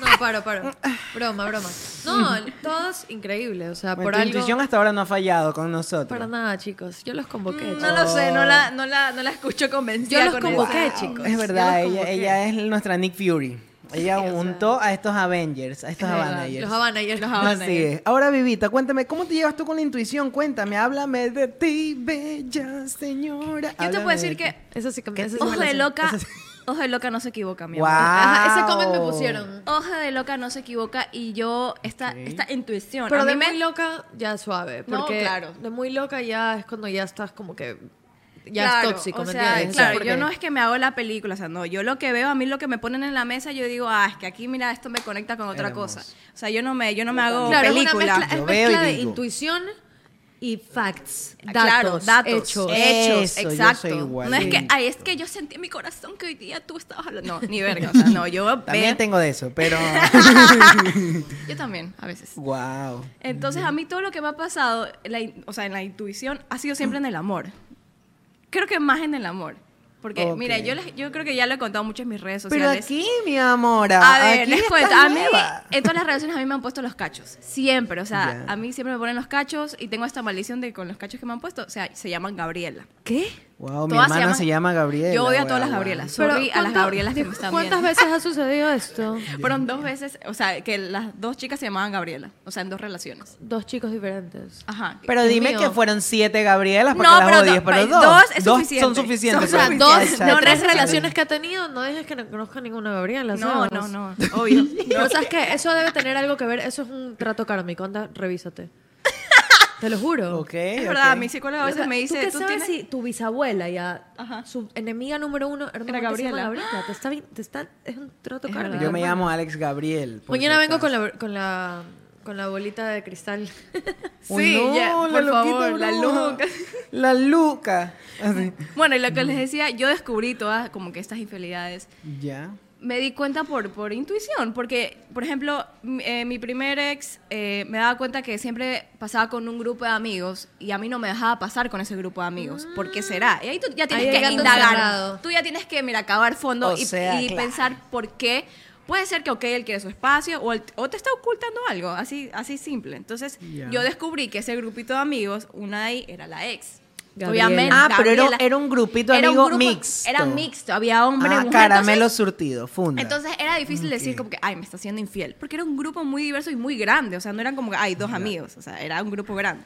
No, paro, paro. Broma, broma. No, todos increíbles. O sea,
Bueno,
Ah, por
tu
algo.
intuición hasta ahora no ha fallado con nosotros.
Para nada, chicos. Yo los convoqué.
Mm, No
chicos.
lo sé, no la, no la, no la escucho convencida.
Yo los
con
convoqué,
eso.
chicos. Yo
Es
los
verdad, ella,
convoqué.
ella es nuestra Nick Fury. Ella juntó a estos Avengers, a estos
Es verdad,
Avengers.
Los Habanayers. Los
Así es. Ahora, Vivita, cuéntame, ¿cómo te llevas tú con la intuición? Cuéntame, háblame de ti, bella señora.
Yo te puedo
Háblame de
decir
ti.
que
Eso sí que me eso sí me
Hoja
lo
de
sé.
loca,
Eso sí.
hoja de loca no se equivoca, mi amor.
Ajá,
Ese comment me pusieron.
Hoja de loca no se equivoca y yo esta esta intuición.
Pero
a
de
mí me-
muy loca ya suave.
No,
Porque
claro.
De muy loca ya es cuando ya estás como que. Ya
Claro,
es tóxico,
o
¿me
sea,
entiendes?
Claro,
Porque-
yo no es que me hago la película, o sea, no, yo lo que veo, a mí lo que me ponen en la mesa, yo digo, ah, es que aquí mira, esto me conecta con otra
Hermoso.
cosa. O sea, yo no me, yo no me hago
Claro, es una
película.
mezcla,
Yo
es
veo y
mezcla de
digo.
intuición y facts. Ah, Datos,
Ah, claro, datos,
Hechos.
hechos,
Eso, yo
exacto.
soy igual.
No es que,
Sí.
ay, es que yo sentí en mi corazón que hoy día tú estabas hablando. No, ni verga, o sea, no, yo
También
veo-
tengo de eso, pero.
yo también, a veces.
wow.
Entonces, a mí todo lo que me ha pasado, la in- o sea, en la intuición, ha sido siempre en el amor. Creo que más en el amor. Porque,
Ok.
mira, yo, les- yo creo que ya lo he contado mucho en mis redes
Pero
sociales.
aquí, mi amor.
a ver,
aquí
les
estás
cuento, a mí,
nueva.
en todas las relaciones a mí me han puesto los cachos. Siempre, o sea,
Ya.
a mí siempre me ponen los cachos y tengo esta maldición de que con los cachos que me han puesto, o sea, se llaman Gabriela.
¿Qué?
Wow, Oh, mi
Todas
hermana se llama Gabriela.
Yo odio a
wow,
todas las
wow.
Gabrielas. Sorry a las
¿cuánto-
Gabrielas que me están
¿Cuántas
viendo.
veces ha sucedido esto?
Fueron dos veces, o sea, que las dos chicas se llamaban Gabriela. O sea, en dos relaciones.
Dos chicos diferentes.
Ajá.
Pero
Dios
dime
mío.
que fueron siete Gabrielas para
No,
que las
pero
odies,
do-
pero
pa-
dos.
dos es suficiente.
son suficientes.
Son
para
O
que
sea,
suficientes.
te
dos,
echaste.
no, tres relaciones que ha tenido, no dejes que no conozca ninguna Gabriela.
no,
¿sabes?
no, no, obvio.
Pero sabes que eso debe tener algo que ver, eso es un trato kármico, anda, revísate. Te lo juro.
Ok,
Es
ok.
verdad, mi psicóloga a veces me
¿Tú
dice,
qué
tú,
sabes
tienes...
si tu bisabuela ya,
Ajá.
su enemiga número uno, hermana que se llama
Gabriela.
Gabriela, te está, vi- te está, es un trato
Es
kármico.
verdad.
Yo me
hermano.
llamo Alex Gabriel. por
Mañana
si
vengo
acaso.
con la, con la, con la bolita de cristal.
Uy, no,
ya,
la
por
loquita
favor, la
bruja.
Luca.
La Luca. Así.
Bueno, y lo que les decía, yo descubrí todas como que estas infidelidades.
Ya.
Me di cuenta por, por intuición, porque, por ejemplo, mi- eh, mi primer ex eh, me daba cuenta que siempre pasaba con un grupo de amigos y a mí no me dejaba pasar con ese grupo de amigos. ¿Por qué será? Y ahí tú ya tienes
Ahí el
que
gato
indagar.
encerrado.
Tú ya tienes que, mira, acabar fondo
O
y,
sea,
y
claro.
pensar por qué. Puede ser que, ok, él quiere su espacio o, el- o te está ocultando algo, así, así simple. Entonces,
Ya.
yo descubrí que ese grupito de amigos, una de ahí era la ex.
Gabriela.
Obviamente.
Ah, pero era,
Gabriela.
era un grupito amigo
Era un grupo-
mixto.
Era mixto, había hombre,
ah,
mujer.
caramelo
entonces-
surtido, funda.
Entonces, era difícil decir como que, ay, me está siendo infiel, porque era un grupo muy diverso y muy grande, o sea, no eran como, que, ay, dos amigos, o sea, era un grupo grande.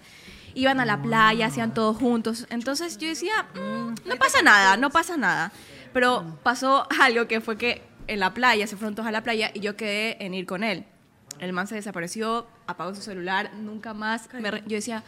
Iban a la playa, hacían todos juntos, entonces yo decía, "Mm, no pasa nada, no pasa nada. Pero pasó algo que fue que en la playa, se fueron todos a la playa y yo quedé en ir con él. El man se desapareció, apagó su celular, nunca más. me re- yo decía,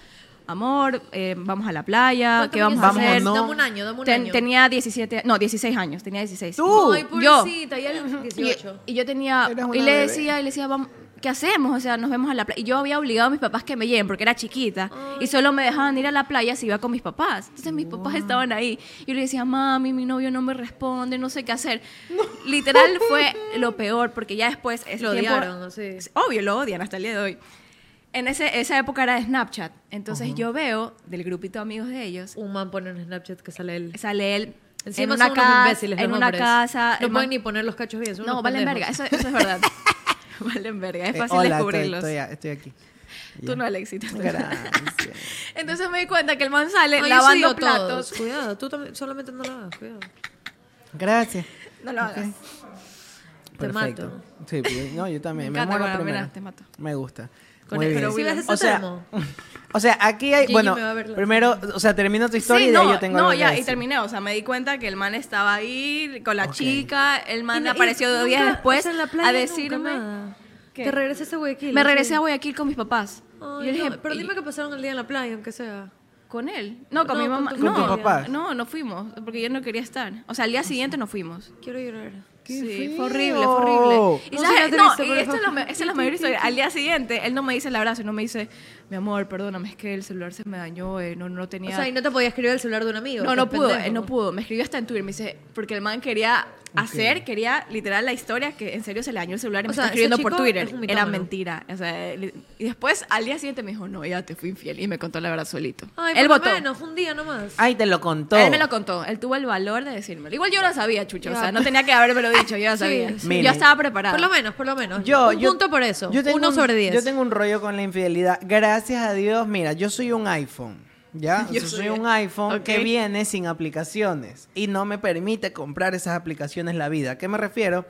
amor, eh, vamos a la playa, ¿qué vamos a
Vamos o
hacer?
no.
Dame un año, dame un
Ten-
año.
tenía 17, no, 16 años, tenía 16.
Tú.
Ay,
yo.
pobrecita, ya el
Y,
18.
y yo tenía,
Eras
y
una
le
bebé.
decía, y le decía, vamos, ¿qué hacemos? O sea, nos vemos a la playa. Y yo había obligado a mis papás que me lleven porque era chiquita y solo me dejaban ir a la playa si iba con mis papás. Entonces mis papás estaban ahí. Yo le decía, mami, mi novio no me responde, no sé qué hacer. Literal fue lo peor porque ya después ese
Lo
tiempo-
odiaron, sí.
Obvio, lo odian hasta el día de hoy. En ese, esa época era de Snapchat. Entonces yo veo del grupito de amigos de ellos,
Un man pone un Snapchat que sale él.
sale él
Encima
en una,
son unos
casa,
imbéciles los
en una
hombres.
casa. el
No
man-
pueden ni poner los cachos bien. son
no,
unos
valen
pendejos.
verga, eso, eso es verdad. valen verga, es
Eh,
fácil
hola, estoy-
descubrirlos.
Estoy, estoy aquí.
Tú no, Alexito.
Gracias.
Entonces me di cuenta que el man sale
No, yo sí
lavando
digo
platos.
todos. Cuidado, tú también, solamente no lo hagas, cuidado.
Gracias.
No lo hagas.
Te
Perfecto.
mato.
Sí, pues, no, yo también.
Me
Me,
encanta
muero
cuando-
primero.
mira, te mato.
Me gusta.
Con
Muy
el-
bien.
pero Si ves ese
o sea,
termo.
o sea, aquí hay,
Gigi
bueno,
me va a ver la-
primero, o sea, termino tu historia
Sí,
y de ahí
no,
yo tengo
no
algo que
ya, y
decir.
terminé. O sea, me di cuenta que el man estaba ahí con la
Ok.
chica. El man
Y no- y
apareció dos días
nunca,
después
o sea, en la playa
a
nunca
decirme.
nada.
¿Qué?
Te regresé a ese Guayaquil.
Me
así.
regresé a Guayaquil con mis papás.
Ay,
yo le dije,
no, pero dime que pasaron el día en la playa, aunque sea.
Con él. No, con
No,
mi
con
mamá.
tu
no,
familia. papás.
no, no fuimos, porque yo no quería estar. O sea,
Ah,
al día siguiente no fuimos.
Quiero llorar.
Sí,
feo!
fue horrible, fue horrible. Y
No,
sabes-
sí, no te
no,
viste,
y
pero-
esto es lo me- esa es la mayor historia. Al día siguiente, él no me dice el abrazo, no me dice, mi amor, perdóname, es que el celular se me dañó, eh, no, no tenía...
O sea, y no te podías escribir el celular de un amigo.
No, no
Qué
pudo,
pendejo.
él no pudo. Me escribió hasta en Twitter, me dice, porque el man quería hacer, quería literal la historia que en serio se le dañó el celular y
O
me
sea,
está escribiendo
ese
por
chico
Twitter.
es un
Era
mitómano.
mentira. O sea, li- y después al día siguiente me dijo, no, ya te fui infiel y me contó la verdad solito.
Ay,
él
por lo
votó. Ah,
menos, un día nomás.
Ay, te lo contó.
Él me lo contó, él tuvo el valor de decírmelo. Igual yo lo sabía, Chucho, o
Ya.
sea, no tenía que habérmelo dicho, yo ya
Sí,
sabía.
sí.
Miren,
Yo estaba preparada.
Por lo menos, por lo menos.
Yo,
un
yo-
punto por eso.
yo tengo
Uno
un-
sobre diez.
Yo tengo un rollo con la infidelidad. Gracias a Dios, mira, yo soy un iPhone. ¿Ya? Yo soy, un iPhone que
Ok.
viene sin aplicaciones y no me permite comprar esas aplicaciones la vida. ¿A qué me refiero?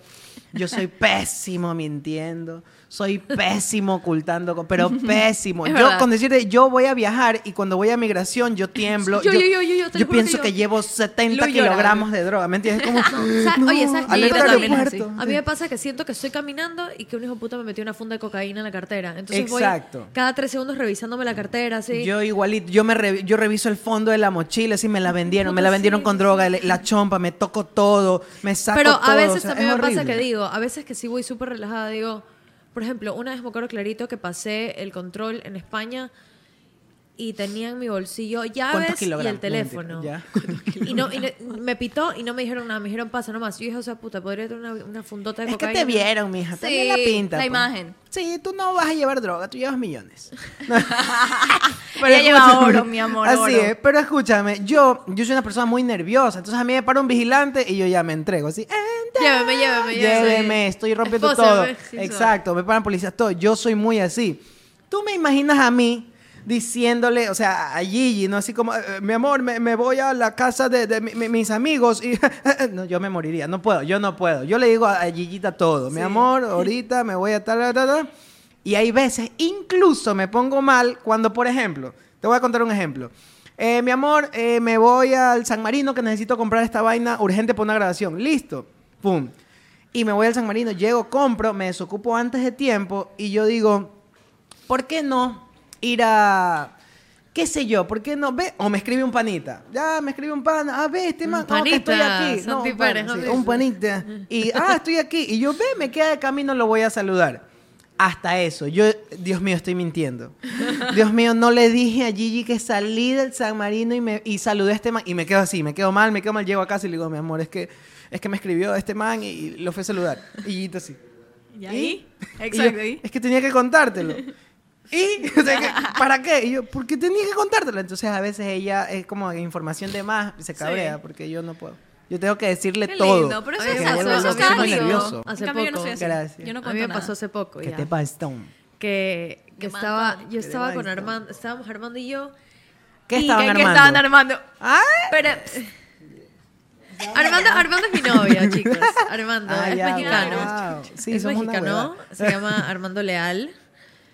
Yo soy pésimo mintiendo, soy pésimo ocultando, co- pero pésimo.
Es
Yo
verdad.
con decirte, yo voy a viajar y cuando voy a migración yo tiemblo.
Yo- yo- yo- yo- yo, te lo juro que
pienso
yo-
que llevo 70
Lu llora.
kilogramos de droga, ¿me entiendes? Como,
Sa-
no,
Oye, ¿sabes qué? Yo
alerta
también es
aeropuerto.
así. A mí me pasa que siento que estoy caminando y que un hijo de puta me metió una funda de cocaína en la cartera. Entonces
Exacto.
voy cada tres segundos revisándome la cartera, así.
Yo igualito, yo me revi- yo reviso el fondo de la mochila, si me la vendieron, me la
Puta,
vendieron
sí,
con droga, le- la chompa, me toco todo, me saco
Pero
todo.
a veces
o sea,
también
es
me pasa
horrible.
que digo, a veces que sí voy súper relajada, digo, por ejemplo, una vez me acuerdo clarito que pasé el control en España y tenía en mi bolsillo llaves y
kilogramos?
el
No,
teléfono.
mentira,
y no, y no- me pitó y no me dijeron nada, me dijeron pasa nomás. Yo dije, o sea, puta, podría tener una, una fundota de
Es que
cocaína.
te vieron, mija, te vi la
Sí,
pinta.
la
pues.
imagen.
Sí, tú no vas a llevar droga, tú llevas millones.
Ella lleva
escúchame,
oro, mi amor,
Así
oro.
es, pero escúchame, yo, yo soy una persona muy nerviosa, entonces a mí me para un vigilante y yo ya me entrego, así, eh, "Enter".
Lléveme, lléveme, lléveme.
Lléveme, estoy rompiendo todo.
Espósame, pues, sí,
Exacto, me paran policías, todo. Yo soy muy así. Tú me imaginas a mí diciéndole, o sea, a Gigi, ¿no? Así como, eh, mi amor, me, me voy a la casa de, de mi- mi- mis amigos y... no, yo me moriría, no puedo, yo no puedo. Yo le digo a, a Gigita todo, mi amor, ahorita me voy a tal, tal, tal, tal. Y hay veces, incluso me pongo mal cuando, por ejemplo, te voy a contar un ejemplo. Eh, mi amor, eh, me voy al San Marino que necesito comprar esta vaina urgente por una grabación. Listo. Pum. Y me voy al San Marino, llego, compro, me desocupo antes de tiempo y yo digo, ¿por qué no ir a qué sé yo? ¿Por qué no? Ve, o me escribe un panita. Ya, me escribe un pana. Ah, ve, este man, no, que estoy
panita,
aquí. No,
Santi
un, pana,
Pérez,
sí,
amigo.
un panita. Y ah, estoy aquí. Y yo, ve, me queda de camino, lo voy a saludar. Hasta eso. Yo, Dios mío, estoy mintiendo. Dios mío, no le dije a Gigi que salí del San Marino y, me, y saludé a este man. Y me quedo así, me quedo mal, me quedo mal. Llego a casa y le digo, mi amor, es que, es que me escribió este man y, y lo fui a saludar. Y Gigi así.
¿Y ahí?
Y yo,
Exacto, ahí.
es que tenía que contártelo. ¿Y? O sea, que, ¿Para qué? Y yo, porque tenía que contártelo. Entonces, a veces ella es como información de más y se cabrea porque yo no puedo. Yo tengo que decirle
Qué
todo.
lindo, pero eso
Porque
es
me
así,
vuelvo
eso
loco,
está
soy muy
lindo.
nervioso.
Hace
en cambio, yo no
poco.
soy así.
Gracias.
Yo no
a
cuento
mí me
nada.
pasó hace poco
¿Qué
ya.
te pasa, Tom?
que, que estaba, yo estaba con
Basta.
Armando, estábamos Armando y yo.
¿Qué
Y
estaban
que- que
armando?
estaban armando.
Ah,
Pero Armando, Armando es mi novio, chicos. Armando
Ah,
es
ya,
mexicano.
wow. Sí,
es
somos una
mexicano,
huevada.
se llama Armando Leal.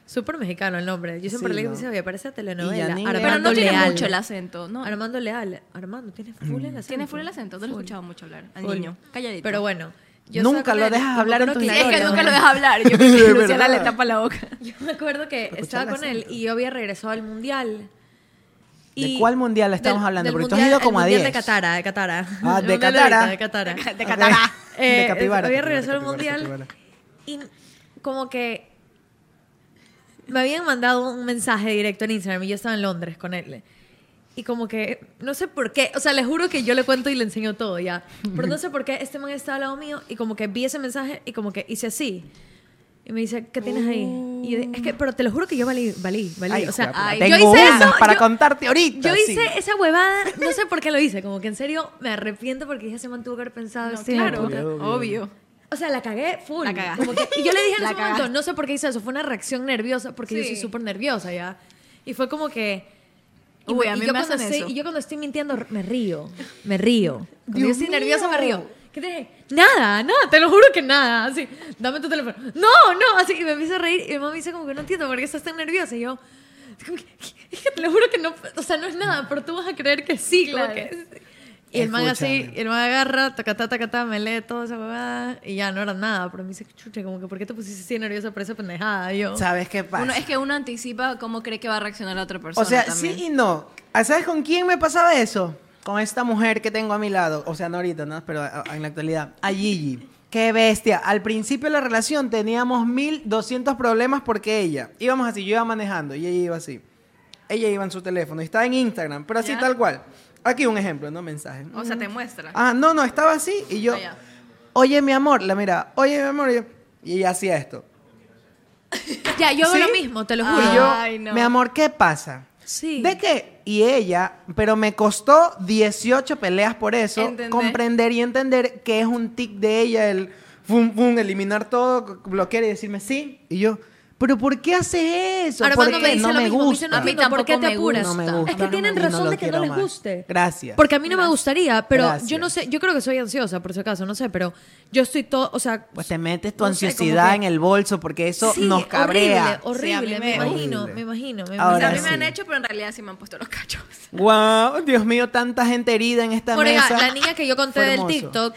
Súper mexicano el nombre. Yo siempre
Sí,
le digo,
¿no?
oye, parece
Y
telenovela.
Janine
Armando
Pero no tiene
Leal.
mucho el acento, ¿no?
Armando Leal. Armando, tienes
Mm.
full el acento.
Tiene full el acento, te lo he escuchado mucho hablar al niño. Calladito.
Pero bueno.
Nunca
estaba con
lo
él,
dejas
y me
hablar en
acuerdo
tus
que-
Sí, es que
historias,
nunca
¿no?
lo deja hablar. Yo creo que
Es
Luciana le
verdad.
tapa la boca.
Yo me acuerdo que
escuchar
estaba
el
con él
acento.
y yo había regresado al mundial.
¿De cuál mundial estamos hablando? Porque tú has ido
el
como a
mundial
10.
de Catara, de Catara.
Ah, de
Una lorita,
Catara.
De Catara.
De
Eh,
Catara.
de capibara.
había
capibara,
regresado al
capibara,
mundial
capibara.
y como que me habían mandado un mensaje directo en Instagram y yo estaba en Londres con él. Y como que, no sé por qué, o sea, les juro que yo le cuento y le enseño todo ya. Pero no sé por qué este man estaba al lado mío y como que vi ese mensaje y como que hice así. Y me dice, ¿qué tienes ahí? Y yo, es que, pero te lo juro que yo valí, valí, valí.
Ay,
o sea,
juega,
ay,
tengo
yo hice
unas
eso,
para
yo-
contarte ahorita.
yo
sí.
hice esa huevada, no sé por qué lo hice, como que en serio me arrepiento porque dije, se mantuvo que haber pensado
No,
este
claro,
hijueputa".
obvio.
O sea, la cagué full.
La cagaste.
Como que- y yo le dije en
La
ese momento,
cagaste.
no sé por qué hice eso, fue una reacción nerviosa, porque yo soy
Sí.
súper nerviosa ya. Y fue como que... y
Uy,
me-
a
y
mí
yo
me
cuando
hacen
estoy-
eso.
Y yo cuando estoy mintiendo, me río, me río. Cuando
Dios
yo estoy nerviosa, me
mío.
río. ¿Qué te dije? Nada, nada, te lo juro que nada. Así, dame tu teléfono. No, no, así. Y me empiezo a reír y mi mamá me dice como que no entiendo por qué estás tan nerviosa. Y yo, como que, es que te lo juro que no, o sea, no es nada, pero tú vas a creer que sí. como
Claro.
que- Y el man así,
Escúchame.
el man agarra, tacatá, tacatá, me lee toda esa huevada y ya no era nada. Pero me dice, chucha, como que, ¿por qué te pusiste así nerviosa por esa pendejada? Y yo,
¿Sabes qué pasa?
Uno, es que uno anticipa cómo cree que va a reaccionar la otra persona.
O sea,
también.
sí y no. Ah, ¿Sabes con quién me pasaba eso? Con esta mujer que tengo a mi lado. O sea, no ahorita, ¿no? Pero a- a- en la actualidad. A Gigi. Qué bestia. Al principio de la relación teníamos 1200 problemas porque ella. Íbamos así, yo iba manejando y ella iba así. Ella iba en su teléfono y estaba en Instagram, pero así
Ya.
tal cual. Aquí un ejemplo, ¿no? Mensaje.
O sea, te muestra.
Ah, no, no, estaba así y yo.
Ah, ya.
Oye, mi amor, la mira, oye, mi amor, y, yo- y ella hacía esto.
ya, yo hago
¿Sí?
lo mismo, te lo juro.
Y yo,
Ay, no.
mi amor, ¿qué pasa?
Ah. Sí.
¿De qué? Y ella, pero me costó 18 peleas por eso,
Entender.
comprender y entender que es un tic de ella el fum, fum, eliminar todo, bloquear y decirme sí. Y yo, ¿pero por qué haces eso?
Ahora
¿Por
cuando me
qué?
dice
no
lo
me
mismo, me
gusta.
dice, no
A mí
entiendo por qué
tampoco
te
me
apuras.
No me gusta,
Es que
no
tienen
me- no
razón
lo
de que
quiero
no les
más.
guste.
Gracias.
Porque a mí no me gustaría, pero yo
Gracias.
no sé, yo creo que soy ansiosa, por si acaso, no sé, pero yo estoy todo, o sea,
Pues te metes tu
no sé,
ansiosidad
como
en
que-
el bolso porque eso
Sí,
nos cabrea.
Sí, a
Horrible,
mí
horrible,
me-
me, imagino,
Horrible.
me imagino, me
Ahora
O sea, a
imagino.
mí me
sí.
han hecho, pero en realidad sí me han puesto los cachos.
Wow, Dios mío, tanta gente herida en esta
Por
mesa.
la niña que yo conté
Fue
del
hermoso.
TikTok,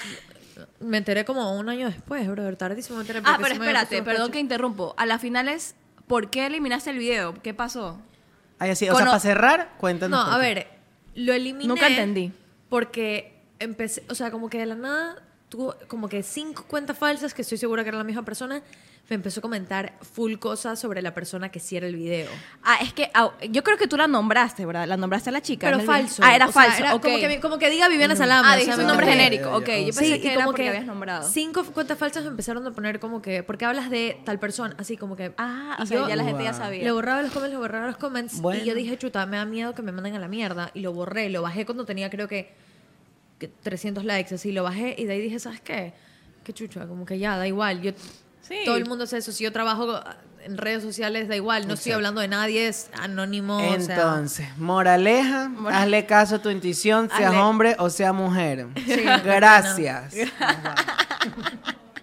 me enteré como un año después, brother, tardísimo me enteré.
Ah,
porque
pero
sí me había
espérate,
puesto los
perdón
cachos.
que interrumpo. A la final es, ¿por qué eliminaste el video? ¿Qué pasó?
Ay, así, o
Cono-
sea, para cerrar, cuéntanos.
No,
por
a
qué.
ver, lo eliminé.
Nunca entendí.
Porque empecé, o sea, como que de la nada tuvo como que cinco cuentas falsas que estoy segura que era la misma persona. Me empezó a comentar full cosas sobre la persona que hiciera el video.
Ah, es que ah, yo creo que tú la nombraste, ¿verdad? La nombraste a la chica.
Pero
¿no?
falso.
Ah, era
o sea,
falso.
era
ok.
como, que, como que diga Viviana Salama.
Ah,
o sea,
dijiste
¿me
un nombre
entiendes?
genérico. Ok, yo pensé
Sí,
que
y
era
como
porque
que
habías nombrado.
cinco cuentas falsas me empezaron a poner como que, porque hablas de tal persona, así como que,
Ah,
y
o sea,
yo-
ya la gente ya
Wow.
sabía.
Le borraba los comments, le borraba los comments.
Bueno.
Y yo dije, chuta, me da miedo que me manden a la mierda. Y lo borré, lo bajé cuando tenía creo que, que 300 likes, así lo bajé. Y de ahí dije, ¿sabes qué? Qué chucha, como que ya, da igual. Yo,
Sí.
Todo el mundo hace eso. Si yo trabajo en redes sociales, da igual. No estoy hablando de nadie, es anónimo. o sea.
Entonces, moraleja, hazle caso a tu intuición, seas
Hazle-
hombre o sea mujer.
Sí.
Gracias.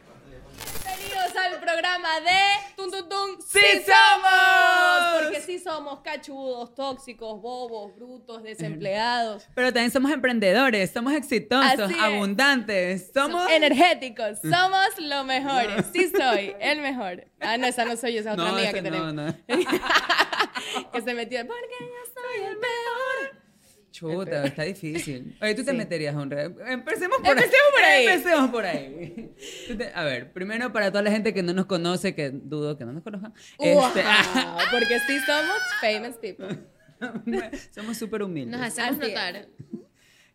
Bienvenidos al programa de Tum Tum Tum. ¡Sí, somos! Porque sí somos cachudos, tóxicos, bobos, brutos, desempleados,
Pero también somos emprendedores, somos exitosos,
Así es.
abundantes, somos...
energéticos. Somos los mejores. Sí soy el mejor. Ah, no, esa no soy yo, esa es otra
No,
amiga
esa
que
no,
tenemos.
no.
que se metió. Porque yo soy el mejor.
Chuta, está difícil. Oye, tú te meterías a un re- Empecemos por
Empecemos por ahí.
Empecemos por ahí. Tú te- A ver, primero para toda la gente que no nos conoce, que dudo que no nos conozcan. este,
Wow, porque sí somos famous people.
somos súper humildes.
Nos hacemos
Así es.
notar.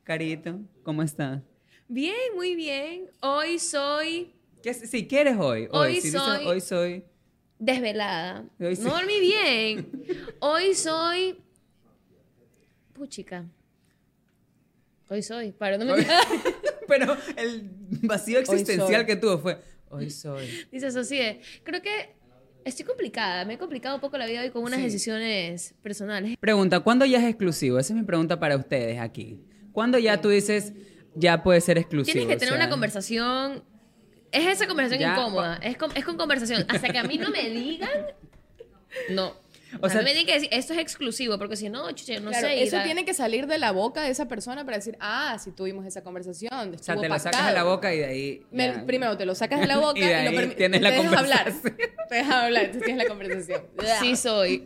Carito, ¿cómo estás?
Bien, muy bien. Hoy soy
¿Qué- si quieres hoy, hoy,
Hoy
si dices
soy-
hoy soy.
desvelada.
Hoy sí.
No dormí bien. Hoy soy. Puchica. Hoy soy. Para, no me.
Pero el vacío existencial que tuvo fue hoy soy.
Dice Socie, creo que estoy complicada, me he complicado un poco la vida hoy con unas decisiones personales.
Pregunta, ¿cuándo ya es exclusivo? Esa es mi pregunta para ustedes aquí. ¿Cuándo ya tú dices ya puede ser exclusivo?
Tienes que tener
O sea,
una conversación. Es esa conversación
Ya,
incómoda, es con, es con conversación. Hasta que a mí no me digan, no.
O
O
sea-
sea, me tienen que decir, esto es exclusivo, porque si no, chuche, no
Claro,
sé.
eso tiene que salir de la boca de esa persona para decir, ah, si tuvimos esa conversación.
O sea, te lo sacas de la boca y de ahí. ya.
primero te lo sacas de la boca
Y
y,
de
lo
ahí
permi-
tienes
te
la
dejas hablar.
conversación.
Te dejas hablar, entonces tienes la conversación.
Sí soy.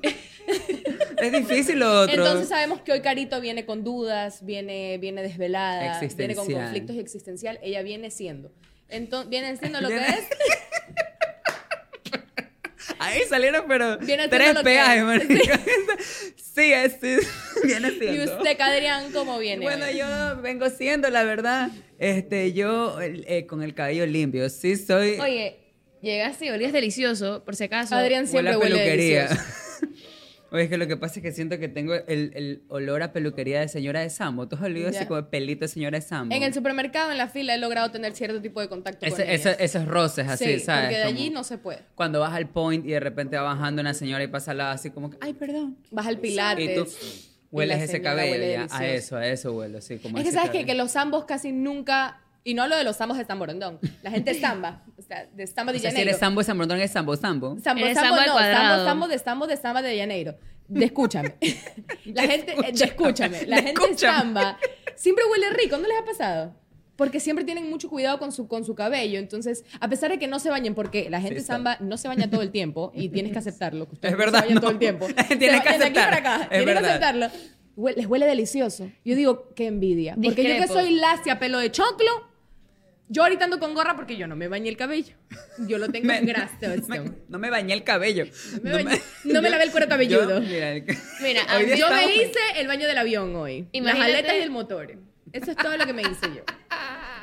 Es difícil lo otro.
Entonces ah, sabemos que hoy Carito viene con dudas, viene, viene desvelada, viene con
Existencial.
conflictos existencial. Ella viene siendo. Entonces, viene siendo lo que
Viene-
es.
Ahí salieron, pero
Viene haciendo
tres
lo que-
peajes, marica. Sí, es, sí, viene
Y
siendo.
usted, Adrián, ¿cómo viene?
Bueno,
hoy?
yo vengo siendo, la verdad, este, yo el- eh, con el cabello limpio, sí soy...
Oye, llegaste y olías delicioso, por si acaso.
Adrián siempre huele
huele a peluquería.
delicioso.
Oye, es que lo que pasa es que siento que tengo el, el olor a peluquería de señora de Sambo. ¿Tú has olido así
Ya.
como el pelito de señora de Sambo?
En el supermercado, en la fila, he logrado tener cierto tipo de contacto con
Ese-
ellas.
ese- esos roces así,
sí,
¿sabes?
porque de allí
Como
no se puede.
Cuando vas al point y de repente va bajando una señora y pasa al lado así como que, ay, perdón.
Vas al pilates.
Y tú hueles ese
señora
cabello
huele
ya, a
delicioso.
eso, a eso huelo, sí, como
Es que
ese
sabes que,
cabello.
que los zambos casi nunca. Y no lo de los zambos de Tamborondón. La gente zamba. O sea, de zamba de
O sea, si
Janeiro.
eres sambo, sambrotón, es sambo, sambo.
Sambo,
eh,
Eres
sambo,
sambo al
no, sambo,
cuadrado.
sambo de sambo de samba de Janeiro. De escúchame. La gente, eh, de escúchame. La gente
Escúchame.
zamba
Siempre huele rico, ¿no les ha pasado? Porque siempre tienen mucho cuidado con su, con su cabello. Entonces, a pesar de que no se bañen, porque la gente
Sí, está.
samba no se baña todo el tiempo y tienes que aceptarlo. Que ustedes
Es verdad,
No se bañan
no.
todo el tiempo.
Tienes
Se
que
bañan de aquí
aceptar.
para acá.
Es
Tienes que
verdad.
aceptarlo. Hue- les huele delicioso. Yo digo, qué envidia. Porque yo que
Discrepo.
soy lacia, pelo de choclo, yo ahorita ando con gorra porque yo no me bañé el cabello. Yo lo tengo
Me-
en este grasa.
no me- no me bañé el cabello.
me bañé- no me lavé el cuero cabelludo.
mira, el-
Mira,
hoy
a
día
mí-
Yo
estamos-
me hice el baño del avión hoy.
Imagínate-
Las aletas y el motor. Eso es todo lo que me hice yo.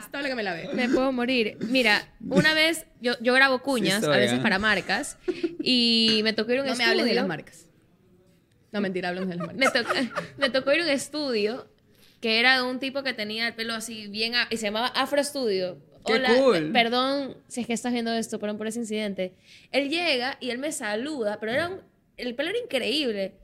Es todo lo que me lavé.
Me puedo morir. Mira, una vez yo, yo grabo cuñas,
Sí
a
soy,
veces
¿ah?
para marcas, y me tocó ir a un
No me
estudio.
hables de las marcas. No, mentira, hablemos de las marcas.
Me, toc- me tocó ir a un estudio que era de un tipo que tenía el pelo así bien. a- y se llamaba Afro Studio.
¡Qué cool!
pe- Perdón si es que estás viendo esto, perdón por ese incidente. Él llega y él me saluda, pero era un- el pelo era increíble.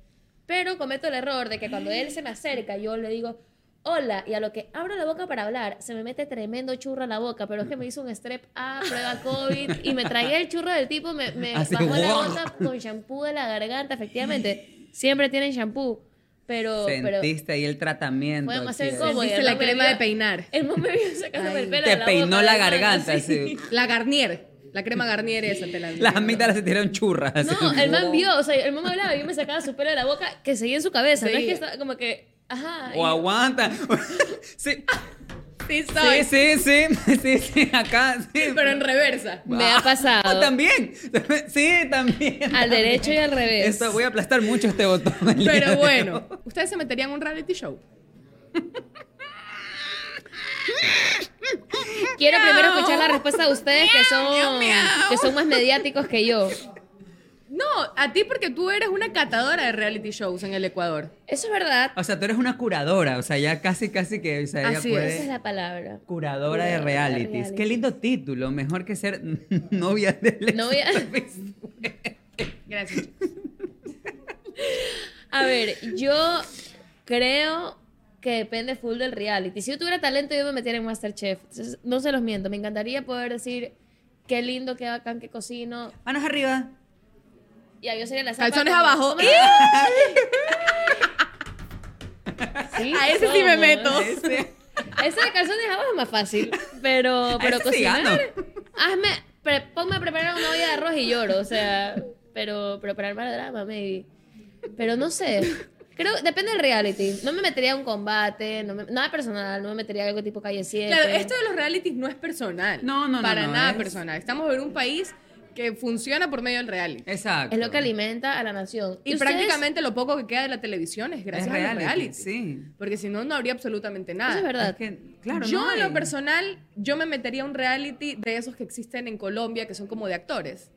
Pero cometo el error de que cuando él se me acerca, yo le digo. Hola, y a lo que abro la boca para hablar, se me mete tremendo churro a la boca, pero es que me hizo un strep A, prueba COVID, y me tragué el churro del tipo, me, me
Así,
bajó la
¡guau!
boca con shampoo de la garganta, efectivamente. Siempre tienen shampoo, pero, pero
Sentiste ahí el tratamiento.
fue demasiado
así,
incómodo. y
Sentiste
el
la
man me
crema
vio-
de peinar.
El man me vio sacándome el pelo de
Te
la
peinó
boca,
la
del man,
garganta, así.
La Garnier. La crema Garnier esa te la
Las amígdalas se tiraron churras. así.
No, el man vio, o sea, el man me hablaba y yo me sacaba su pelo de la boca que seguía en su cabeza. No es que estaba como que, ajá. y-
O aguanta. Sí,
Sí, soy.
sí, sí, sí, sí, sí, acá, sí. Ah, oh,
Pero en reversa.
Me ha pasado.
También. Sí, también.
Al derecho y al revés.
Esto, voy a aplastar mucho este botón. el día de
Pero
hoy.
bueno, ¿ustedes se meterían en un reality show?
Quiero primero escuchar la respuesta de ustedes que son, que son más mediáticos que yo.
No, a ti porque tú eres una catadora de reality shows en el Ecuador.
Eso es verdad.
O sea, tú eres una curadora, o sea, ya casi, casi que, o sea, ella
Así
puede...
Esa es la palabra.
Curadora de
Curadora de
realities.
realities.
Qué lindo título, mejor que ser novia del
Novia-
Gracias.
A ver, yo creo que depende full del reality. Si yo tuviera talento, yo me metiera en Masterchef. Entonces, No se los miento, me encantaría poder decir qué lindo, qué bacán, qué cocino.
Manos arriba.
Ya, yo sería la zapa
Calzones
como-
abajo.
¿Cómo? Sí,
A ese sí me
somos.
meto.
Ese de calzones abajo es más fácil, pero, pero
ese sí
cocinar...
gano.
hazme, pre- ponme a preparar una olla de arroz y lloro, o sea, pero, pero para armar drama, maybe. Pero no sé. Creo, depende del reality. No me metería a un combate, no me- nada personal, no me metería a algo tipo calle 7.
Claro, esto de los realities no es personal.
Este- No, no, no,
Para
no,
nada
es-
personal. Estamos en un país que funciona por medio del reality.
Exacto.
es lo que alimenta a la nación.
Y
ustedes-
prácticamente lo poco que queda de la televisión es gracias
Es
a los
reality,
reality.
sí.
Porque si no, no habría absolutamente nada.
Eso es verdad.
Es que, claro,
yo
no
en
hay.
lo personal, yo me metería a un reality de esos que existen en Colombia, que son como de actores.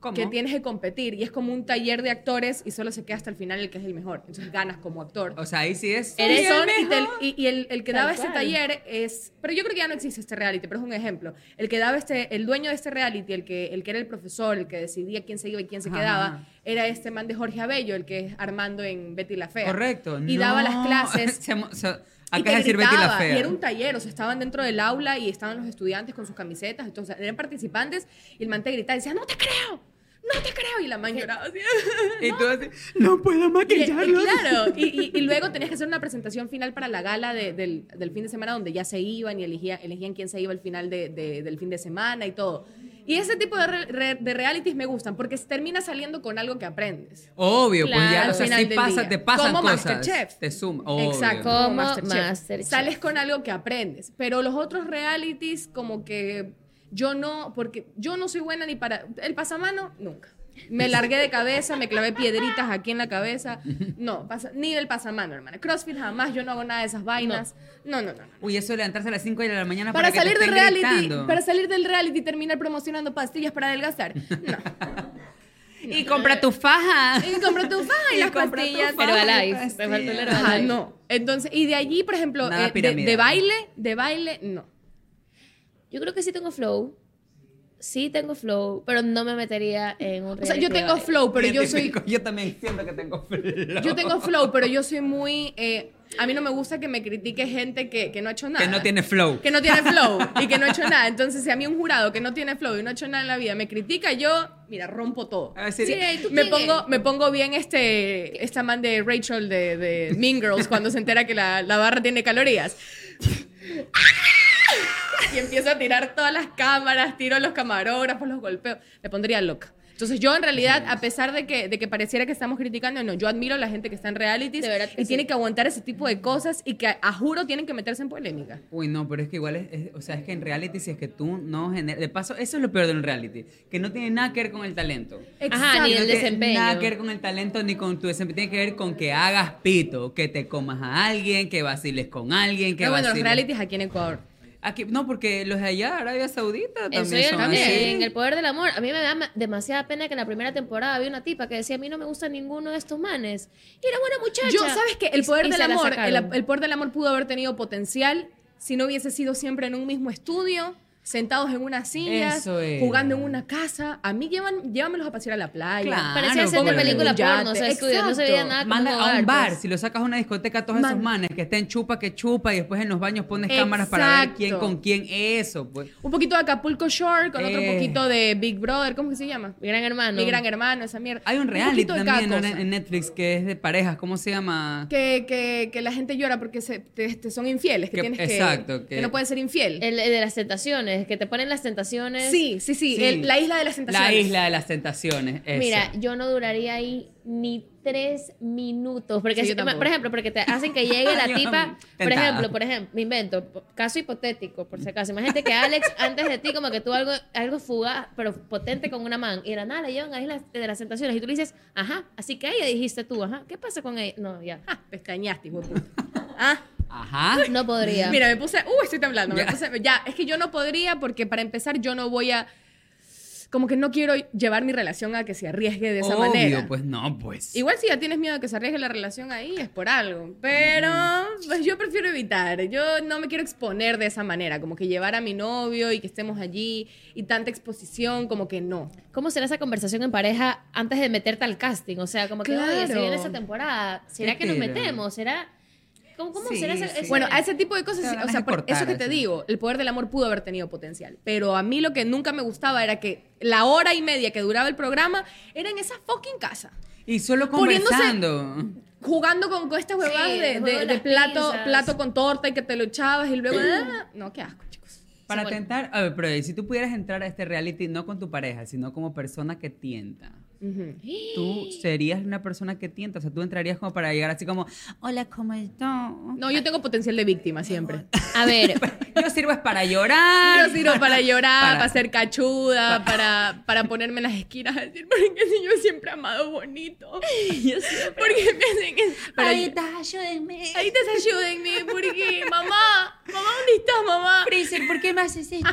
¿Cómo?
Que tienes que competir y es como un taller de actores y solo se queda hasta el final el que es el mejor. Entonces ganas como actor.
O sea, ahí sí es.
Eres
Y son- y, te- y- y el, el que
Tal
daba este
cual.
taller es. Pero yo creo que ya no existe este reality, pero es un ejemplo. El que daba este. El dueño de este reality, el que, el que era el profesor, el que decidía quién se iba y quién se
Ajá.
quedaba, era este man de Jorge Abello, el que es Armando en Betty la Fea.
Correcto.
Y daba
no.
las clases.
Se mo- se-
Y
acá
te
es decir Betty
gritaba,
la Fea.
y era un taller, o sea, estaban dentro del aula y estaban los estudiantes con sus camisetas, entonces eran participantes y el man te gritaba y decía, no te creo, no te creo, y la man lloraba así.
Y tú así, no puedo
Y- y
maquillarlo.
claro, y, y- y luego tenías que hacer una presentación final para la gala de- del, del fin de semana donde ya se iban y elegía, elegían quién se iba al final de- de- del fin de semana y todo. Y ese tipo de, re- re- de realities me gustan porque terminas saliendo con algo que aprendes.
Obvio, pues
Claro.
ya, o
Al
sea,
final
sí
del
pasa,
día.
te pasan
Como
cosas.
Masterchef.
Te suma. obvio.
Exacto.
Como
Masterchef.
Masterchef.
Sales con algo que aprendes, pero los otros realities como que yo no, porque yo no soy buena ni para el pasamano nunca. Me largué de cabeza, me clavé piedritas aquí en la cabeza. No, pasa- ni el pasamano, hermana. CrossFit jamás, yo no hago nada de esas vainas. No, no, no. no.
Uy, eso de levantarse a las 5 de la mañana para,
Para,
que te
salir del
estén
reality,
gritando.
para salir del reality y terminar promocionando pastillas para adelgazar. No.
Y compra tu faja.
Y compra tu faja y las
compra tu
pastillas.
Pero
Ay,
Herbalife, me
pastillas.
faltó el Herbalife.
Ajá, no. Entonces, y de allí, por ejemplo,
Nada
eh, de,
piramidal.
de baile, de baile, no.
Yo creo que sí tengo flow. Sí tengo flow, pero no me metería en un
O sea, yo
reality
tengo
de-
flow, pero yo
Fíjate,
soy
Yo también siento que tengo flow.
yo tengo flow, pero yo soy muy eh, a mí no me gusta que me critique gente que, que no ha hecho nada.
Que no tiene flow.
Que no tiene flow y que no ha hecho nada. Entonces, si a mí un jurado que no tiene flow y no ha hecho nada en la vida me critica, yo, mira, rompo todo.
A ver, si-
Sí,
¿tú
me
quién
pongo, me pongo bien este, esta man de Rachel de, de Mean Girls cuando se entera que la, la barra tiene calorías. Y empiezo a tirar todas las cámaras, tiro los camarógrafos, los golpeo. Me pondría loca. Entonces yo en realidad, a pesar de que, de que pareciera que estamos criticando, no, yo admiro a la gente que está en realities
De verdad que
y
sí.
tiene que aguantar ese tipo de cosas y que a juro tienen que meterse en polémica.
Uy, no, pero es que igual es, es- o sea, es que en reality si es que tú no generas, de paso, eso es lo peor de un reality, que no tiene nada que ver con el talento.
Ajá, ni
No
el
tiene
desempeño.
Nada que ver con el talento ni con tu desempeño, tiene que ver con que hagas pito, que te comas a alguien, que vaciles con alguien, que
Pero bueno, los
vaciles.
realities aquí en Ecuador.
Aquí, no, porque los de allá, Arabia Saudita,
En
también
Soy el
son
Bien,
así.
el poder del amor. A mí me da ma- demasiada pena que en la primera temporada había una tipa que decía, a mí no me gusta ninguno de estos manes. Y era buena muchacha.
Yo, ¿sabes qué? El
Y
poder del
se la
amor, el,
sacaron.
el poder del amor pudo haber tenido potencial si no hubiese sido siempre en un mismo estudio, sentados en unas sillas,
Eso era.
jugando en una casa. A mí llevan, llévamelos a pasear a la playa.
Claro,
Parecía ser de
pobre.
película
Ya
porno, o sea,
te-
estudio, no se veía
exacto.
nada como
Manda a un
hogar,
bar,
pues.
si lo sacas a una discoteca, todos esos
Man-
manes que estén chupa, que chupa, y después en los baños pones cámaras para ver quién
Exacto.
con quién eso, pues.
Un poquito de Acapulco Shore, con otro
Eh.
poquito de Big Brother, ¿cómo que se llama?
Mi gran hermano.
Mi gran hermano, esa mierda.
Hay un reality
poquito de cada
también ¿no? en,
cosa.
en Netflix que es de parejas, ¿cómo se llama?
Que, que, que la gente llora porque se, te, te son infieles, que,
Que-
tienes que,
exacto,
que
que-
no puedes ser infiel.
El, el de las tentaciones, que te ponen las tentaciones.
sí, sí, sí,
Sí.
el- la isla de las tentaciones.
La isla de las tentaciones. esa.
Mira, yo no duraría ahí ni tres minutos. Porque,
Sí,
si-
yo tampoco.
por ejemplo, porque te hacen que llegue la
Yo
tipa. Por
tentada.
ejemplo, por ejemplo, me invento, po- caso hipotético, por si acaso. Imagínate que Alex, antes de ti, como que tuvo algo, algo fugaz, pero potente con una man. Y de la nada la llevan a Isla de las Tentaciones. Y tú le dices, ajá, así que a ella dijiste tú, ajá, ¿qué pasa con ella? No, ya.
Ah, pestañaste, hijo de puta. Ah,
Ajá.
No podría.
Mira, me puse, uh, estoy temblando.
Ya.
Me puse, ya, es que yo no podría porque para empezar yo no voy a, como que no quiero llevar mi relación a que se arriesgue de esa
Obvio,
manera.
pues no, pues.
Igual si ya tienes miedo a que se arriesgue la relación ahí es por algo, pero pues yo prefiero evitar. Yo no me quiero exponer de esa manera, como que llevar a mi novio y que estemos allí y tanta exposición, como que no.
¿Cómo será esa conversación en pareja antes de meterte al casting? O sea, como que, oye, se
Claro.
viene esa temporada, ¿será que nos
Mentira.
metemos? ¿Será...? ¿Cómo, cómo
Sí,
será esa,
sí.
ese-
Bueno, a ese tipo de cosas,
Te
sí,
van a
o sea, por
cortar,
eso que
o sea.
te digo, el poder del amor pudo haber tenido potencial, pero a mí lo que nunca me gustaba era que la hora y media que duraba el programa era en esa fucking casa,
Y solo
Poniéndose-
conversando.
jugando con, con estas huevadas
Sí,
de,
el juego
de-
de
de
las
plato,
pinzas.
plato con torta y que te lo echabas y luego, ah, no, qué asco, chicos.
Para
bueno.
tentar. A ver, pero ¿y si tú pudieras entrar a este reality no con tu pareja, sino como persona que tienta. Tú serías una persona que tienta, o sea, tú entrarías como para llegar así como, hola, ¿cómo estás?
No, yo tengo potencial de víctima siempre.
A ver,
Yo sirvo es para llorar.
Yo sirvo para llorar,
Para-
para, ser cachuda, para, para ponerme en las esquinas a decir, porque si yo siempre he amado bonito. Yo siempre. Porque me hacen que- pero yo-
ayúdenme.
Ahí te ayúdenme, porque mamá, mamá, ¿dónde estás, mamá?
Freezer, ¿por qué me haces esto?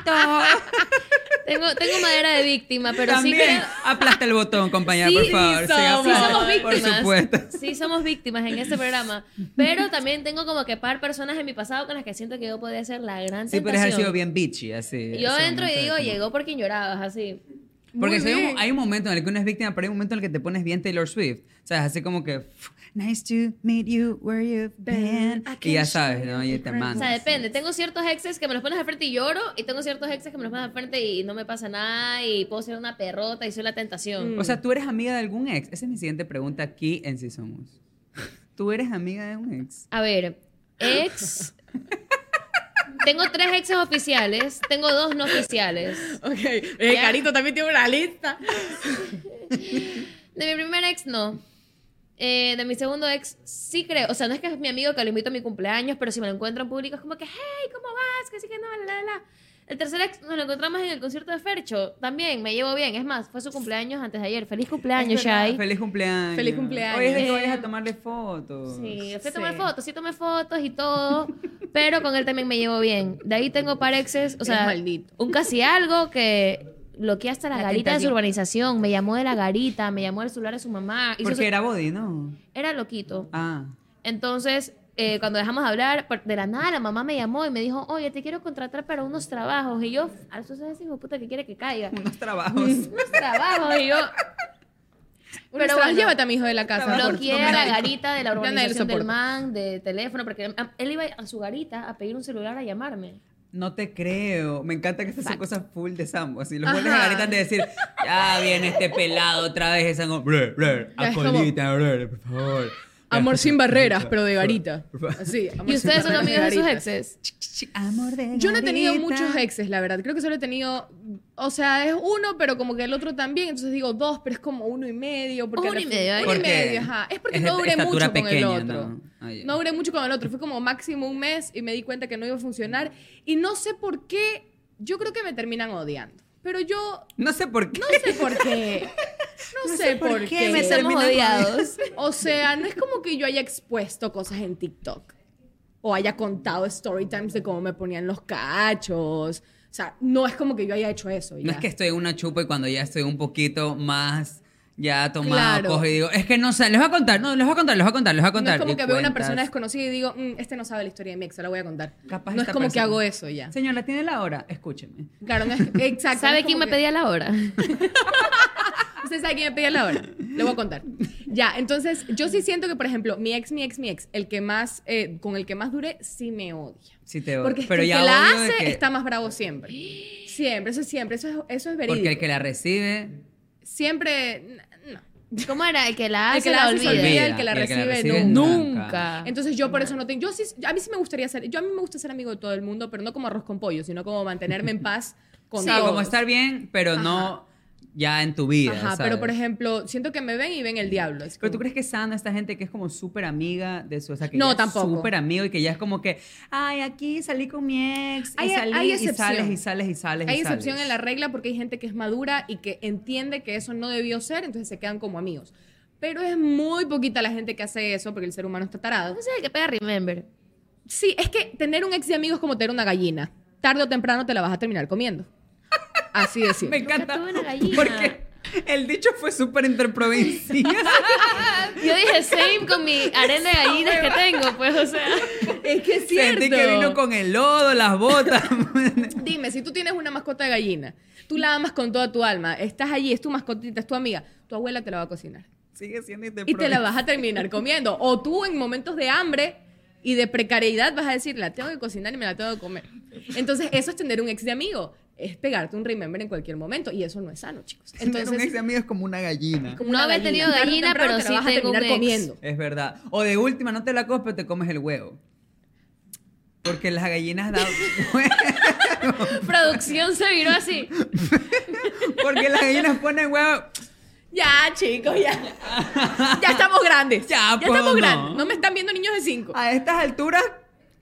Tengo, tengo madera de víctima, pero
También,
sí creo-
aplasta el botón, compañera,
Sí,
por favor.
somos.
Sí
aplasta,
somos
Por
víctimas.
supuesto.
Sí somos víctimas en este programa. Pero también tengo como que par personas en mi pasado con las que siento que yo podría ser la gran
Sí, pero
tentación.
has sido bien bitchy, así.
yo
ese
entro y
momento de
digo,
como-
llegó por quien llorabas, así.
Porque
Muy
si hay,
bien.
un, hay un momento en el que uno es víctima, pero hay un momento en el que te pones bien Taylor Swift. ¿Sabes? Así como que, "Pff, nice to meet you, where you've been. Y ya sabes, ¿no? Y te
O sea,
mandas.
depende. Tengo ciertos exes que me los pones al frente y lloro, y tengo ciertos exes que me los pones al frente y no me pasa nada, y puedo ser una perrota y soy la tentación.
O sea, ¿tú eres amiga de algún ex? Esa es mi siguiente pregunta aquí en Si Somos. ¿Tú eres amiga de un ex?
A ver, ex... Tengo tres exes oficiales, tengo dos no oficiales.
Ok, eh,
Ya.
Carito también tiene una lista.
De mi primer ex, no. Eh, de mi segundo ex, sí creo. O sea, no es que es mi amigo que lo invito a mi cumpleaños, pero si me lo encuentro en público es como que, hey, ¿cómo vas? Que sí que no, la, la, la. El tercer ex nos lo encontramos en el concierto de Fercho. También me llevo bien. Es más, fue su cumpleaños antes de ayer. Feliz cumpleaños,
Es verdad,
Shai.
Ah, Feliz cumpleaños.
Feliz cumpleaños.
Hoy es de que
Eh,
vayas a tomarle fotos.
Sí, fui a tomar
Mm, Sí.
fotos, sí tomé fotos y todo, pero con él también me llevo bien. De ahí tengo par exes, o sea,
maldito.
un casi algo que bloqueé hasta la, garita de su urbanización, me llamó de la garita, me llamó del celular de su mamá. hizo su-
Porque era body, ¿no?
era loquito.
Ah.
Entonces, eh, cuando dejamos de hablar, por- de la nada la mamá me llamó y me dijo, oye, te quiero contratar para unos trabajos. Y yo, "Ah, a eso es hijo de puta que quiere que caiga.
Unos trabajos.
Unos trabajos. Y yo,
Pero
bueno.
llévate a mi hijo de la casa. por
Bloqueé a la
favor.
garita de la
Ya nadie lo
urbanización del
soporta.
man, de teléfono, porque ah, él iba a su garita a pedir un celular a llamarme.
No te creo. Me encanta que estas son cosas full de Sambo. Así los buenos ahorita de decir, ya viene este pelado otra vez. Esa brr, brr,
Ya es como-
acolita, brr, por favor.
Amor sin barreras, pero de garita. Así, amor
¿Y
sin
ustedes son
barreras
amigos de sus
garita.
exes?
Yo no he tenido muchos exes, la verdad. Creo que solo he tenido, o sea, es uno, pero como que el otro también. Entonces digo dos, pero es como uno y medio. Porque
Uno
al
y
fin-
medio, ¿eh?
Uno y
Porque
medio, ajá. Es porque
es de
no duré
estatura
mucho
pequeña,
con el otro.
¿no? Ah, ya.
No duré mucho con el otro. Fue como máximo un mes y me di cuenta que no iba a funcionar. Y no sé por qué, yo creo que me terminan odiando. Pero yo
No sé por qué.
no sé por qué. No, sé por, qué.
me somos odiados.
O sea, no es como que yo haya expuesto cosas en TikTok o haya contado story times de cómo me ponían los cachos. O sea, no es como que yo haya hecho eso.
No es que estoy en una chupa y cuando ya estoy un poquito más ya tomado,
Claro.
cojo y digo, es que no sé, les voy a contar, no, les voy a contar, les voy a contar, les voy a
no
contar.
es como
Y
que veo una
cuentas.
persona desconocida y digo, "Mm, este no sabe la historia de mi ex, se la voy a contar.
Capaz
no es
esta
como que
persona-
hago eso ya.
Señora, ¿tiene la hora? Escúcheme.
Claro, no es, exacto. no
¿Sabe
es
quién me
como que-
pedía la hora?
Usted sabe quién me pedía la hora. Le voy a contar. Ya, entonces, yo sí siento que, por ejemplo, mi ex, mi ex, mi ex, el que más, eh, con el que más duré, sí me odia.
Sí te odio.
Porque es
Pero
que el
ya
que la
odio de
hace
que-
está más bravo siempre. Siempre, eso es siempre, eso es, eso es verídico.
Porque el que la recibe,
Siempre, n- no.
¿Cómo era? El que la hace,
El que la hace se
olvida.
olvida.
olvida.
el que la
y
recibe
nunca.
Entonces yo por eso no tengo, yo sí, a mí sí me gustaría ser, yo a mí me gusta ser amigo de todo el mundo, pero no como arroz con pollo, sino como mantenerme en paz con
Sí,
todos.
como estar bien, pero no ya en tu vida.
Ajá,
¿sabes?
pero por ejemplo, siento que me ven y ven el diablo. es
Pero tú
como-
crees que es sana esta gente que es como súper amiga de su, o sea, que
No,
ya es
tampoco.
súper amigo y que ya es como que, ay, aquí salí con mi ex,
Hay- e-,
y salí,
hay
y
excepción.
sales, y sales, y sales, y
Hay excepción
sales.
en la regla porque hay gente que es madura y que entiende que eso no debió ser, entonces se quedan como amigos. Pero es muy poquita la gente que hace eso porque el ser humano está tarado.
No sé, el que pega Remember.
Sí, es que tener un ex de amigos es como tener una gallina. Tarde o temprano te la vas a terminar comiendo. Así de
Me
simple.
encanta.
tuve una gallina.
Porque el dicho fue súper interprovincial.
Yo dije same con mi arena de gallinas que tengo, pues, o sea.
Es que es
Sentí que vino con el lodo, las botas.
Dime, si tú tienes una mascota de gallina, tú la amas con toda tu alma, estás allí, es tu mascotita, es tu amiga, tu abuela te la va a cocinar.
Sigue siendo
Y te la
interprovincial.
vas a terminar comiendo. O tú en momentos de hambre y de precariedad vas a decir, la tengo que cocinar y me la tengo que comer. Entonces, eso es tener un ex de amigo. Es pegarte un remember en cualquier momento. Y eso no es sano, chicos.
Tener un ex de
Entonces,
amigo es como una gallina.
como
No
una
haber
gallina,
tenido
tarde o
gallina,
temprano
pero
te la
sí
vas a
tengo un
terminar
ex.
comiendo.
Es verdad. O de última, no te la comes, pero te comes el huevo. Porque las gallinas dan
Producción se viró así.
Porque las gallinas ponen huevo.
Ya, chicos, ya. Ya estamos grandes.
Ya,
Ya,
pues,
estamos
no.
grandes. No me están viendo niños de cinco.
A estas alturas,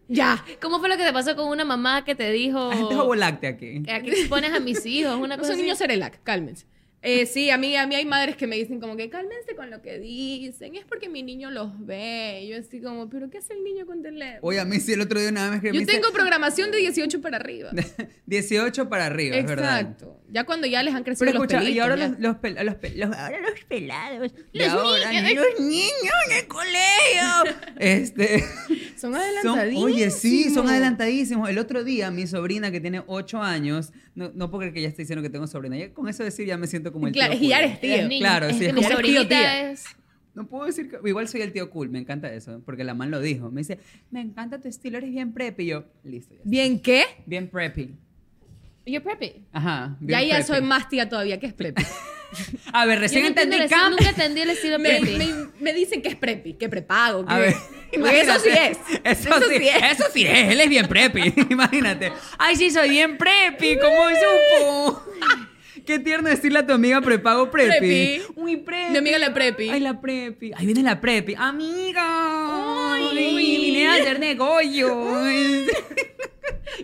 Ya.
¿Cómo fue lo que te pasó con una mamá que te dijo
a gente es volacte aquí.
que aquí pones a mis hijos? Una
No
cosa
son
así?
niños Cerelac, cálmense. Eh, sí, a mí, a mí hay madres que me dicen como que cálmense con lo que dicen, es porque mi niño los ve. Y yo así como, pero ¿qué hace el niño con teléfono?
Oye, a mí sí el otro día una vez que me
Yo
dice,
tengo programación de 18 para arriba.
18 para arriba, es verdad.
Exacto. Ya cuando ya les han crecido
Pero escucha,
los pelitos.
y ahora
ya.
los, los, pel- los pel- los- ahora los pelados. Y ahora los niños en el colegio. Este.
Son
Son,
adelantadísimos.
oye, sí, son adelantadísimos. El otro día, mi sobrina que tiene 8 años, no, no puedo creer que ya esté diciendo que tengo sobrina. Ya con eso decir, ya me siento como el
Claro,
tío.
y ya
cool.
eres tío.
Niños.
Claro,
es
sí,
que
es
mi
como-
sobrinita
Tío, tía.
es.
No puedo decir que. Igual soy el tío cool, me encanta eso, porque la man lo dijo. Me dice, me encanta tu estilo, eres bien preppy. Y yo, listo, ya.
¿Bien qué?
Bien preppy.
Yo preppy.
Ajá.
Ya
bien
ahí ya
preppy.
soy más tía todavía, que es preppy.
A ver,
Yo
recién
no entiendo
entendí
el estilo,
cam.
nunca entendí el estilo
me,
preppy.
me, me dicen que es preppy, que prepago. Que
A ver.
Porque eso sí es.
Eso, sí, es. Eso sí es. Él es bien preppy. imagínate. Ay, sí, soy bien preppy. ¿Cómo supo? Qué tierno decirle a tu amiga prepago preppy.
Preppy.
Uy, preppy.
Mi amiga la preppy.
Ay, la preppy. Ahí viene la preppy. Amiga.
Uy.
Uy, vine a hacer negocio.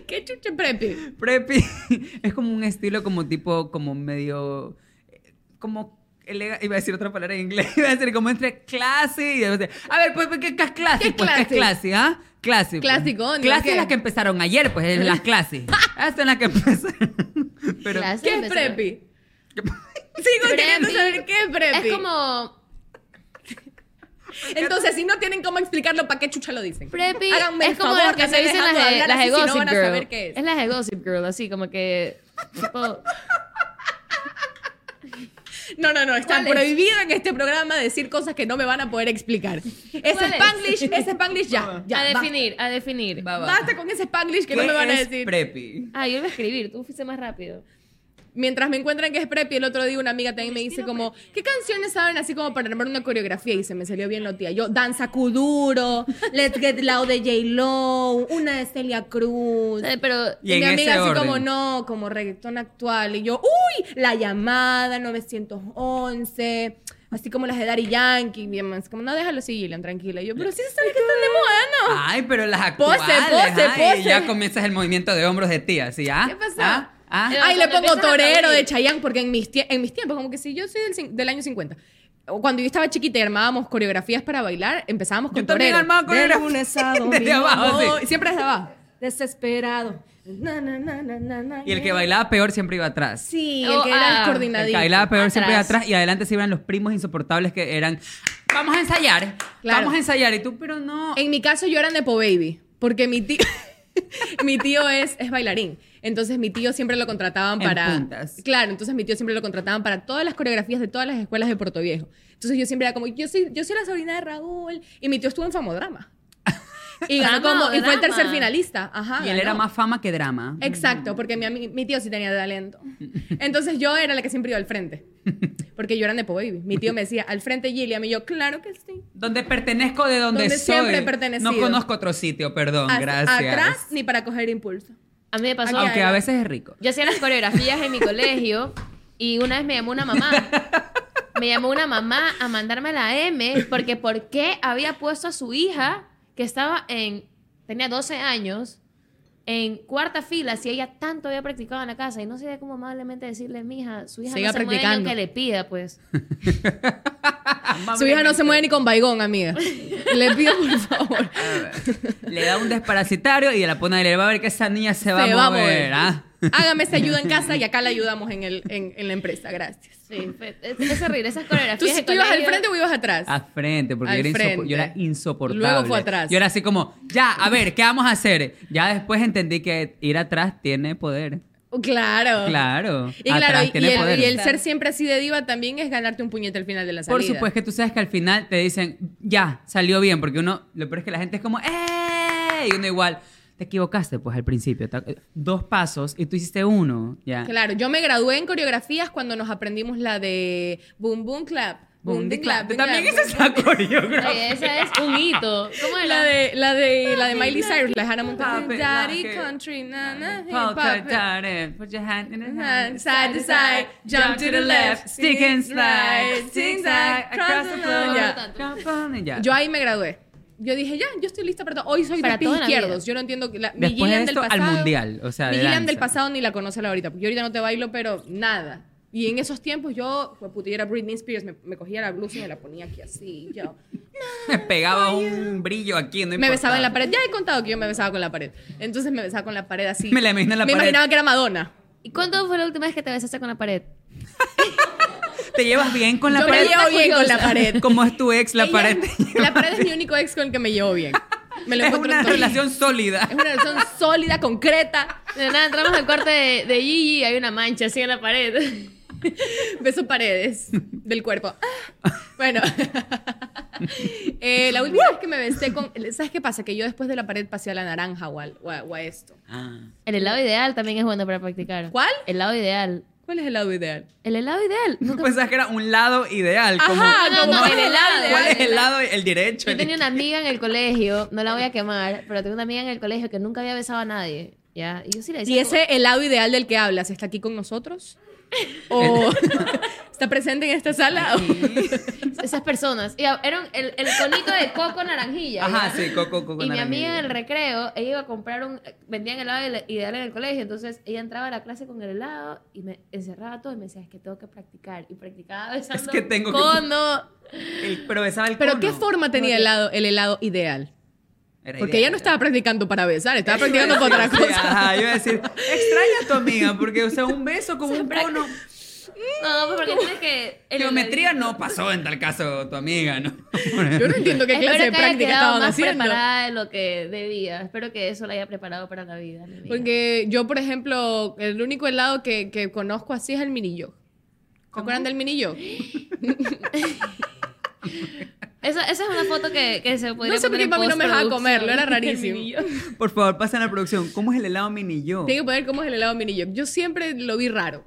¿Qué chuche preppy?
Preppy es como un estilo como tipo, como medio, eh, como elega- iba a decir otra palabra en inglés, iba a decir como entre clase y de repente, a ver, pues, pues, ¿qué, qué es clase?
¿Qué es
pues, ¿qué es
clase?
clase, ah? Clase. pues.
Clásico, ¿no?
Clase es
¿Qué?
las que empezaron ayer, pues, es las clases. Esas son las que empezaron. Pero,
Clase
¿Qué es
empezó.
preppy? Sigo queriendo
Preppy.
saber qué es preppy.
Es como
Entonces, si no tienen cómo explicarlo, ¿para qué chucha lo dicen?
Preppy
Háganme el
es como
favor
las que
de
se dicen
dejarlo
las de,
hablar
las de
así, si no
Gossip
van a
Girl.
saber qué es.
es las de Gossip Girl, así como que tipo
No, no, no, está
¿Cuál es?
prohibido en este programa decir cosas que no me van a poder explicar. Ese
¿Cuál es?
Spanglish, ese Spanglish ya, ya.
a
basta.
definir, a definir.
Va, va.
Basta con ese Spanglish que no
¿Qué
me van a
es
decir.
Preppy.
Ah, yo iba a escribir, tú fuiste más rápido.
Mientras me encuentran que es preppy, el otro día una amiga también me dice como, ¿qué canciones saben así como para armar una coreografía? Y se me salió bien la tía. Yo, Danza Kuduro, Let's Get Loud de J-Lo, una de Celia Cruz.
Eh, Pero
Y en
mi amiga
ese
así
orden.
como, no, como reggaetón actual. Y yo, uy, La Llamada, 911... Así como las de Daddy Yankee, bien más. Como, no, déjalo así, Gillian, tranquila. Y yo, pero sí se sabe que están de moda, ¿no?
Ay, pero las
Pose,
actuales.
pose,
ay,
pose.
Ya comienzas el movimiento de hombros de tía, ¿sí? ¿Ah?
¿Qué pasó?
¿Ah? ¿Ah?
Pero
Ay, le
cuando
pongo
empiezas a
torero
reír.
de Chayanne, porque en mis, tie- en mis tiempos, como que si yo soy del, cin- del año 50. O Cuando yo estaba chiquita y armábamos coreografías para bailar, empezábamos con
Yo también
torero.
armaba coreografía.
lunes a domingo.
Desde abajo, sí.
Oh, Siempre desde abajo. Desesperado. Na, na, na, na, na, na.
Y el que bailaba peor siempre iba atrás.
Sí, el
Oh,
que era
ah,
El que
coordinadito.
bailaba peor siempre iba
Atrás.
atrás. Y adelante se iban los primos insoportables que eran. Vamos a ensayar.
Claro.
Vamos a ensayar. Y tú, pero no.
En mi caso yo era Nepo Baby, porque mi tío, mi tío es, es bailarín. Entonces mi tío siempre lo contrataban
En
para...
puntas.
Claro, entonces mi tío siempre lo contrataban para todas las coreografías de todas las escuelas de Puerto Viejo. Entonces yo siempre era como, yo soy, yo soy la sobrina de Raúl. Y mi tío estuvo en Famodrama. Y, ganó
Fama
como,
o
y fue
drama.
el tercer finalista. Ajá,
y él era
ganó.
más fama que drama.
Exacto, porque mi, ami- mi tío sí tenía talento. Entonces yo era la que siempre iba al frente. Porque yo era Nepo Baby. Mi tío me decía, al frente Gilliam. Y yo, claro que sí.
Donde pertenezco de donde,
Donde
soy.
siempre he pertenecido.
No conozco otro sitio, perdón.
Así,
gracias.
Atrás ni para coger impulso.
a mí me pasó.
Aunque a veces es rico.
Yo hacía las coreografías en mi colegio y una vez me llamó una mamá. Me llamó una mamá a mandarme la M porque por qué había puesto a su hija que estaba en tenía 12 años en cuarta fila si ella tanto había practicado en la casa y no sabía cómo amablemente decirle mija su hija
Siga
no se mueve ni
practicando.
aunque le pida pues
Su hija no se mueve ni con baigón, amiga. Le pido por favor.
Le da un desparasitario y la pone ahí. Le va a ver que esa niña se va,
Se
a mover. ¿ah?
Hágame esa ayuda en casa y acá la ayudamos en, el, en, en la empresa. Gracias.
sí fue- es, es horrible esas
¿Tú,
coreografías de
tú ibas al
colegio.
frente o ibas atrás?
Al frente, porque
Al
yo era, insopo-
frente.
yo era insoportable.
Luego fue atrás.
Yo era así como, ya, a ver, ¿qué vamos a hacer? Ya después entendí que ir atrás tiene poder.
Oh, Claro.
Claro.
Ah. Y
atrás
claro, y,
tiene
y el,
poder.
y el ser siempre así de diva también es ganarte un puñete al final de la salida.
Por supuesto que tú sabes que al final te dicen, ya, salió bien, porque uno, lo peor es que la gente es como, ¡eh! Y uno igual, te equivocaste, pues al principio. te- Dos pasos y tú hiciste uno, ya.
Claro, yo me gradué en coreografías cuando nos aprendimos la de Boom Boom Clap.
Boom, di, clap.
boom,
También
clap,
esa
boom,
es la coreografía.
Oye, esa es un hito cómo era
La de, la de,
Ah,
la de Miley Cyrus, la de Hannah Montana.
Papi,
Daddy
la que-
Country, na, na, hey,
Pop,
papi.
tartare, put your hand in the hand.
Side to side, jump to the left,
stick and slide,
zig
zigzag, across the floor.
Ya.
Jump on it, ya.
Yo ahí me gradué. Yo dije, ya, yo estoy lista para todo. Hoy soy
Para
de pies
toda la vida.
izquierdos. Yo no entiendo que la, mi
Después de
Gillian del
esto, al
pasado.
mundial, o sea,
mi
de
Gillian
danza.
del pasado ni la conoce la ahorita, porque yo ahorita no te bailo, pero nada. Y en esos tiempos yo, pues puta, yo era Britney Spears, me, me cogía la blusa y me la ponía aquí así, yo.
me pegaba un brillo aquí, no
me besaba en la
importaba.
pared. Ya he contado que yo me besaba con la pared. Entonces me besaba con la pared así.
Me la imagino en la
Me
pared.
imaginaba que era Madonna.
y cuándo fue la última vez que te besaste con la pared
Te llevas bien con la
yo
pared.
me llevo bien con la pared.
Como es tu ex, la
Ella-
pared.
La pared es mi único ex con el que me llevo bien. Me lo
es
encuentro en
una
todo.
relación sólida.
Es una relación sólida, concreta.
de nada entramos al cuarto de, de Gigi y hay una mancha así en la pared
Beso paredes del cuerpo. Ah. Bueno. Eh, la última vez que me besé con... ¿Sabes qué pasa? Que yo después de la pared pasé a la naranja o al- o a, o a esto.
Ah.
El helado ideal también es bueno para practicar.
¿Cuál?
El helado ideal.
¿Cuál es el lado ideal?
El helado ideal. Nunca
Pensabas que era un lado ideal. como,
Ajá,
No, no, no,
como
el helado
¿Cuál
ideal.
es el lado? El derecho.
Yo
el-
tenía una amiga en el colegio, no la voy a quemar, pero tengo una amiga en el colegio que nunca había besado a nadie. ¿Ya? Y yo sí le decía.
Y ese helado ideal del que hablas, ¿está aquí con nosotros? ¿O está presente en esta sala?
como, Esas personas. Y eran el, el conito de coco naranjilla.
Ajá,
¿ya?
sí, coco, coco.
y mi amiga en
naranjilla.
el recreo, ella iba a comprar un. Vendían helado ideal en el colegio, entonces ella entraba a la clase con el helado y me encerraba todo y me decía, es que tengo que practicar. Y practicaba besando.
Es que tengo que-
cono.
El- Pero besaba el
¿Pero
cono.
qué forma tenía el helado, el helado ideal?
Era
Porque
ideal.
ella no estaba practicando para besar, estaba
Yo iba
practicando
a
para otra
decir, sí,
cosa.
Ajá, yo iba a decir, extraña a tu amiga, porque, o sea, un beso con un cono.
No, pues porque tienes que. el
Geometría no pasó en tal caso tu amiga, ¿no?
Yo no entiendo qué
Espero
clase de
que haya
práctica
quedado
estaban
más
haciendo.
preparada de lo que debía. Espero que eso la haya preparado para la vida. mi vida.
Eh, Porque yo, por ejemplo, el único helado que, que conozco así es el mirillo. ¿Se acuerdan del mini yo?
Esa, esa es una foto que, que se podría
No sé por
poner
qué
en
mí no me dejaba
postproducción.
comerlo, era rarísimo.
El
Tengo
Por favor, pasen a la producción. ¿Cómo es el helado mini yo?
que poner cómo es el helado mini yo. Yo siempre lo vi raro,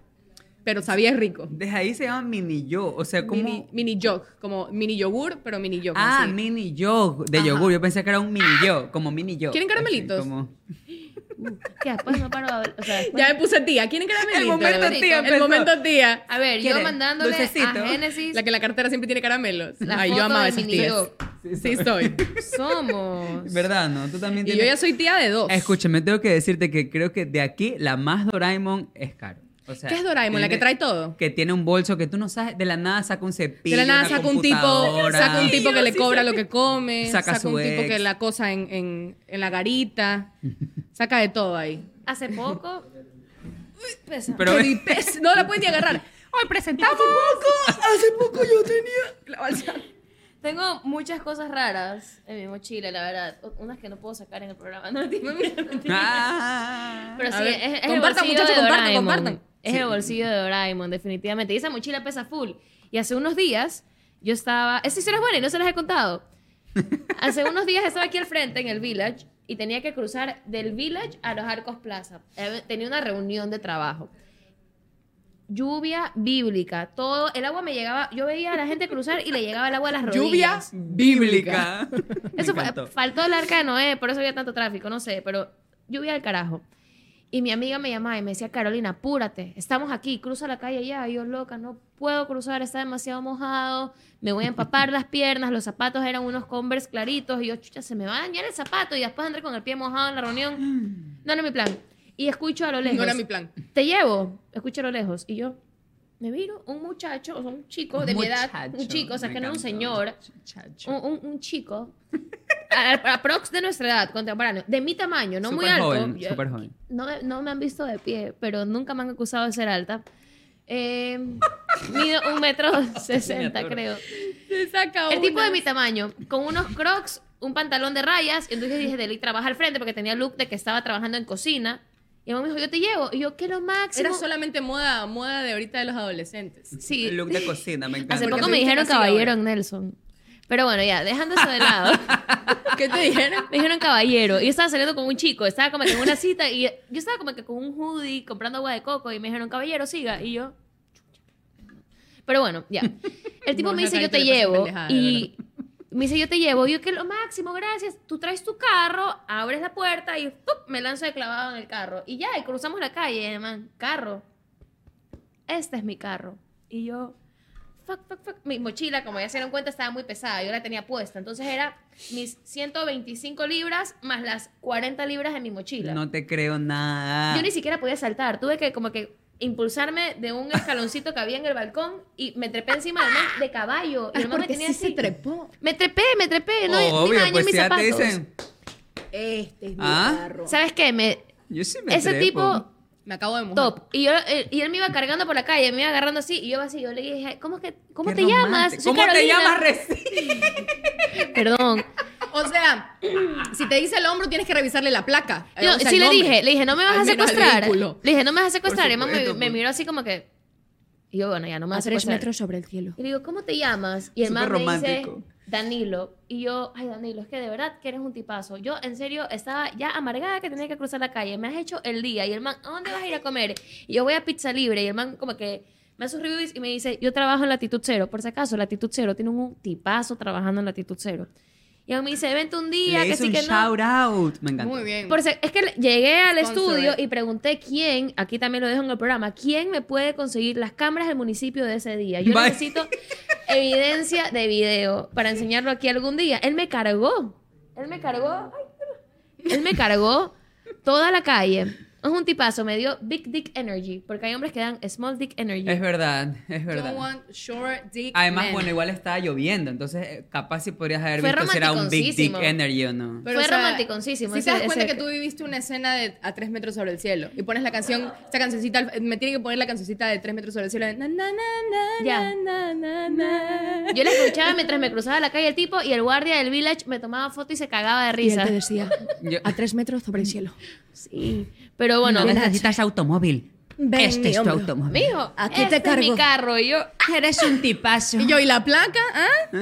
pero sabía es rico.
Desde ahí se llama mini yo. O sea, como.
Mini, mini yog, como mini yogur, pero mini yog.
ah,
así. Ah.
mini yo. De yogur. Yo pensé que era un mini yo. Como mini yo.
¿Quieren caramelitos?
Así, como-
Que después no paro de hablar, o sea, después-
Ya me puse tía. ¿Quieren caramelitos?
El momento
rico.
tía
El
empezó.
momento tía.
A ver, yo
¿Quieren?
mandándole
Dulcecito.
a Génesis
La que en la cartera siempre tiene caramelos.
La
Ay, yo
foto
amaba
del
esas
mini
tías.
yog.
Sí, soy.
somos.
¿Verdad? No, tú también
Y
tienes.
yo ya soy tía de dos.
Escúchame, tengo que decirte que creo que de aquí la más Doraemon es caro. O sea,
¿Qué es Doraemon? ¿La que
tiene-
trae todo?
Que tiene un bolso que tú no sabes, de la nada saca un cepillo.
De la nada
una
saca un tipo,
computadora.
saca un tipo que le cobra lo que come,
Saca
saca,
su
un tipo
ex.
que la cosa en, en, en la garita, saca de todo ahí.
Hace poco. Uy, pesa.
Pero,
Pero y pes- no la pueden ni agarrar.
Hoy presentamos.
Tengo muchas cosas raras en mi mochila, la verdad. U- Unas que no puedo sacar en el programa. No, mentira, mentira, mentira.
Ah.
Pero sí,
A ver,
es, es el
compartan,
bolsillo
muchachos,
de
compartan,
Doraemon.
compartan.
Es el bolsillo de Doraemon, definitivamente. Y esa mochila pesa full. Y hace unos días yo estaba... Esa historia es buena y no se las he contado. Hace unos días estaba aquí al frente, en el Village, y tenía que cruzar del Village a los Arcos Plaza. Eh, Tenía una reunión de trabajo. Lluvia bíblica. Todo el agua me llegaba. Yo veía a la gente cruzar y le llegaba el agua a las rodillas.
Lluvia
Bíblica. Me
Eso fue-
encantó.
faltó el arca de Noé, por eso había tanto tráfico, no sé, pero lluvia al carajo. Y mi amiga me llamaba y me decía, Carolina, apúrate, estamos aquí, cruza la calle ya. Y yo, loca, no puedo cruzar, está demasiado mojado, me voy a empapar las piernas, los zapatos eran unos Converse claritos. Y yo, chucha, se me va a dañar el zapato y después andré con el pie mojado en la reunión. No era mi plan. Y escucho a lo lejos
No era mi plan.
te llevo, escucho a lo lejos. Y yo me miro, un muchacho, o sea, un chico de mi edad, un
Muchacho,
chico, o sea,
me
que no era un
encantó.
señor, un, un- un chico, a- a- aprox de nuestra edad, contemporáneo, de mi tamaño, no muy
Súper
alto.
Joven,
Yo-
súper joven.
no, me- no me han visto de pie, pero nunca me han acusado de ser alta. Eh, mido un metro sesenta,
Miniatura.
creo.
Se saca
El tipo
una.
de mi tamaño, con unos crocs, un pantalón de rayas. Entonces dije, Deli trabaja al frente porque tenía look de que estaba trabajando en cocina. Y mi mamá me dijo, yo te llevo. Y yo, ¿qué es lo máximo?
Era solamente moda, moda de ahorita de los adolescentes.
Sí.
Look de cocina, me encanta.
Hace
porque
poco
se
me
visten
dijeron
así ahora.
caballero en Nelson. Pero bueno, ya, dejando eso de lado.
¿Qué te dijeron?
me dijeron caballero. Y yo estaba saliendo con un chico. Estaba como que en una cita. Y yo estaba como que con un hoodie comprando agua de coco. Y me dijeron, caballero, siga. Y yo. chucha. Pero bueno, ya. El tipo
No,
me
esa
dice, yo
carita
te
le pasa
llevo.
pendejada, de
Y me dice, yo te llevo. Y yo, que lo máximo, gracias. Tú traes tu carro, abres la puerta y ¡pup! me lanzo de clavado en el carro. Y ya, y cruzamos la calle, man. Carro. Este es mi carro. Y yo, fuck, fuck, fuck. Mi mochila, como ya se dieron cuenta, estaba muy pesada. Yo la tenía puesta. Entonces era mis 125 libras más las 40 libras de mi mochila.
No te creo nada.
Yo ni siquiera podía saltar. Tuve que como que impulsarme de un escaloncito que había en el balcón y me trepé encima del man de caballo.
Ah,
Y el man me tenía así.
trepó.
Me trepé, me trepé. No, no
Obvio,
dañé
pues
mis
si ya te
zapatos.
dicen.
Este es mi
Ah.
carro.
¿Sabes qué? Me,
Yo sí me
ese
trepo.
tipo
Me acabo de mojar.
top. Y, yo, eh, y él me iba cargando por la calle, me iba agarrando así. Y yo así, yo le dije, ¿cómo, es que, cómo
Qué
te llamas?
romántico.
Soy
¿Cómo te
Carolina.
llamas recién?
Perdón.
O sea, si te dice el hombro, tienes que revisarle la placa. Eh,
Yo
o sea,
sí
el
le
nombre.
dije, le dije, no me vas
Al
a
menos al
secuestrar.
vehículo.
Le dije, no me vas a secuestrar. Y el man
supuesto,
me, me
pues.
miró así como que. Y yo, bueno, ya no me
A
vas a
tres
secuestrar.
metros sobre el cielo.
Y le digo, ¿cómo te llamas? Y el
Súper
man me dice,
romántico.
Danilo. Y yo, ay, Danilo, es que de verdad que eres un tipazo. Yo, en serio, estaba ya amargada que tenía que cruzar la calle. Me has hecho el día. Y el man, ¿a dónde vas a ir a comer? Y yo voy a Pizza Libre. Y el man como que me hace sus reviews y me dice, yo trabajo en Latitud Cero. Por si acaso, Latitud Cero tiene un tipazo trabajando en Latitud Cero. Y él me dice, vente un día,
Le
que
hice
sí
un
que no.
shout out. Me encanta.
Muy bien.
Por si- es que le- llegué al
Sponsor.
estudio y pregunté quién, aquí también lo dejo en el programa, quién me puede conseguir las cámaras del municipio de ese día. Yo
Bye.
necesito evidencia de video para enseñarlo aquí algún día. Él me cargó. Él me cargó. ay, perdón. Él me cargó toda la calle. Es un tipazo, me dio Big Dick Energy, porque hay hombres que dan Small Dick Energy.
Es verdad, es
Don't
verdad.
want short dick
Además,
men.
bueno, igual estaba lloviendo, entonces eh, capaz si podrías haber
Fue
visto si era un Big Dick
romanticoncísimo.
Energy o no.
Fue romanticoncísimo
Si
ese-
te das cuenta
ese-
que tú viviste una escena de a tres metros sobre el cielo y pones la canción, esta cancioncita, al- me tiene que poner la cancioncita de tres metros sobre el cielo. de na, na, na, na,
Ya.
na, na, na, na.
Yo la escuchaba mientras me cruzaba la calle el tipo y el guardia del village me tomaba foto y se cagaba de
Y él
risa.
te decía,
Yo-
a tres metros sobre el cielo.
Sí, pero bueno,
necesitas automóvil.
Ven,
Este
mi
es tu
hombro.
automóvil.
Mijo,
Aquí
este
te cargo.
Es mi carro. Y yo,
Eres un tipazo.
y yo, ¿y la placa? ¿Ah?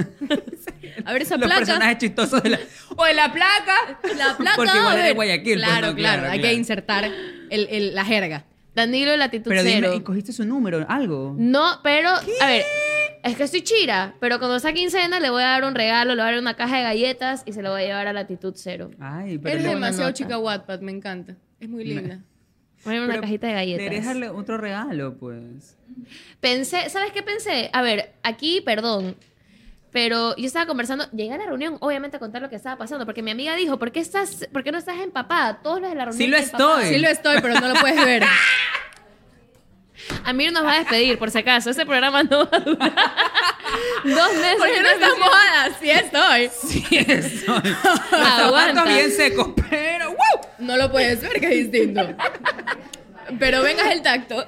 A ver esa
Los
placa.
personajes chistosos de la...
O de la placa. La placa.
Porque
a
igual es de
ver.
Guayaquil, pues,
Claro,
no,
claro,
claro,
Hay
claro.
que insertar el, el- la jerga. Danilo Latitud
Pero dime,
Cero.
¿y cogiste su número? ¿Algo?
No, pero, a ver, es que estoy chira, pero cuando sea quincena le voy a dar un regalo, le voy a dar una caja de galletas y se la voy a llevar a latitud cero.
Ay, pero
Eres
le-
demasiado
nota.
chica Wattpad, me encanta. Es muy linda.
Voy a dar una
Pero
cajita de
Deberías
galletas.
darle otro regalo, pues.
Pensé, ¿sabes qué pensé? A ver, aquí, perdón. Pero yo estaba conversando, llegué a la reunión, obviamente a contar lo que estaba pasando, porque mi amiga dijo, ¿por qué, estás, por qué no estás empapada? Todos los de la reunión.
Sí lo
están empapados".
estoy.
Sí lo estoy, pero no lo puedes ver.
Amir nos va a despedir, por si acaso. Ese programa no va a durar. Dos meses.
¿Por qué no estás mojada? Sí estoy.
Los
Aguanta.
zapatos bien secos, pero... ¡wow!
No lo puedes ver, que es distinto. Pero vengas el tacto.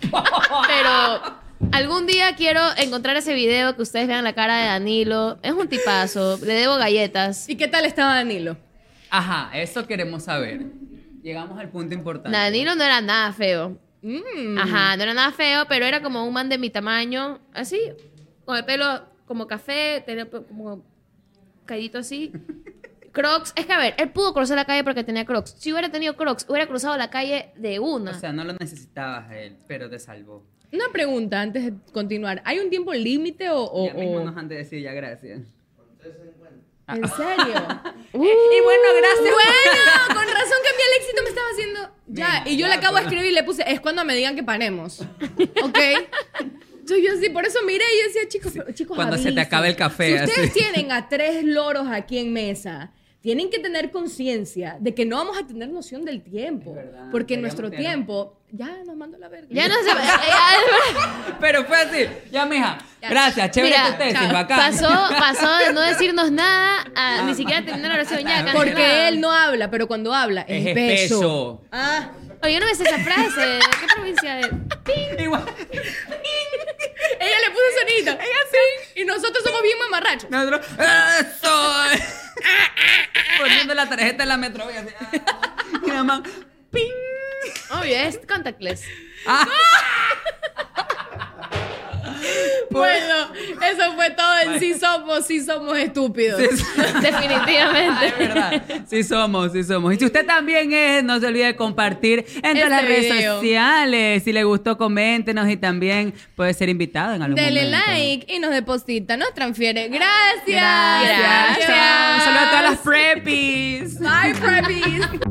Pero algún día quiero encontrar ese video que ustedes vean la cara de Danilo. Es un tipazo. Le debo galletas.
¿Y qué tal estaba Danilo?
Ajá, eso queremos saber. Llegamos al punto importante.
Danilo no era nada feo.
Mm.
Ajá, no era nada feo, pero era como un man de mi tamaño. Así, con el pelo como café, tenía pe- como caidito así. Crocs, es que a ver, él pudo cruzar la calle porque tenía Crocs. Si hubiera tenido Crocs, hubiera cruzado la calle de una.
O
Ah.
sea, no lo necesitabas a él, pero te salvó.
Una pregunta antes de continuar. ¿Hay un tiempo límite o...? o-
ya mismo
o-
nos han de decir ya gracias.
¿En serio? Uh.
Eh, Y bueno, gracias.
bueno, con razón que a mí el éxito me estaba haciendo... Ya,
Venga,
y yo
ya,
le acabo de
pues.
escribir y le puse, es cuando me digan que paremos. ¿Ok? Yo, yo sí, por eso miré y yo decía, chicos, pero- chicos,
Cuando se te
avisen.
acabe el café,
Si ustedes
así.
tienen a tres loros aquí en mesa... Tienen que tener conciencia de que no vamos a tener noción del tiempo.
Es verdad,
porque
deberíamos
nuestro
tener-
tiempo. Ya nos mando la verga.
ya no se. ya-
Pero fue así. Ya, mija. Gracias, chévere
Mira,
tu tesis,
chao.
bacán.
Pasó, pasó de no decirnos nada a ni siquiera terminar la oración ya.
Porque
cancelado.
él no habla, pero cuando habla es,
Es
espeso.
espeso.
Ah,
Oye, yo no me sé esa frase. ¿De qué provincia es?
Igual.
ella le puso sonido. Ella sí. Y nosotros somos bien mamarrachos.
Nosotros. ¡Eso! Poniendo la tarjeta en la metro. Y así. ah. Y nada más. ¡Ping!
Obvio, es contactless.
Ah,
Bueno, eso fue todo en Sí Somos, Sí Somos Estúpidos.
sí, sí. Ah, es
Definitivamente.
verdad. Sí somos, sí somos. Y si usted también es, no se olvide de compartir entre
Este
las redes
video.
sociales. Si le gustó, coméntenos y también puede ser invitado en algún
Dele
momento.
like y nos deposita, nos transfiere. Gracias.
Gracias.
Gracias. Un saludo a todas las preppies.
Bye, preppies.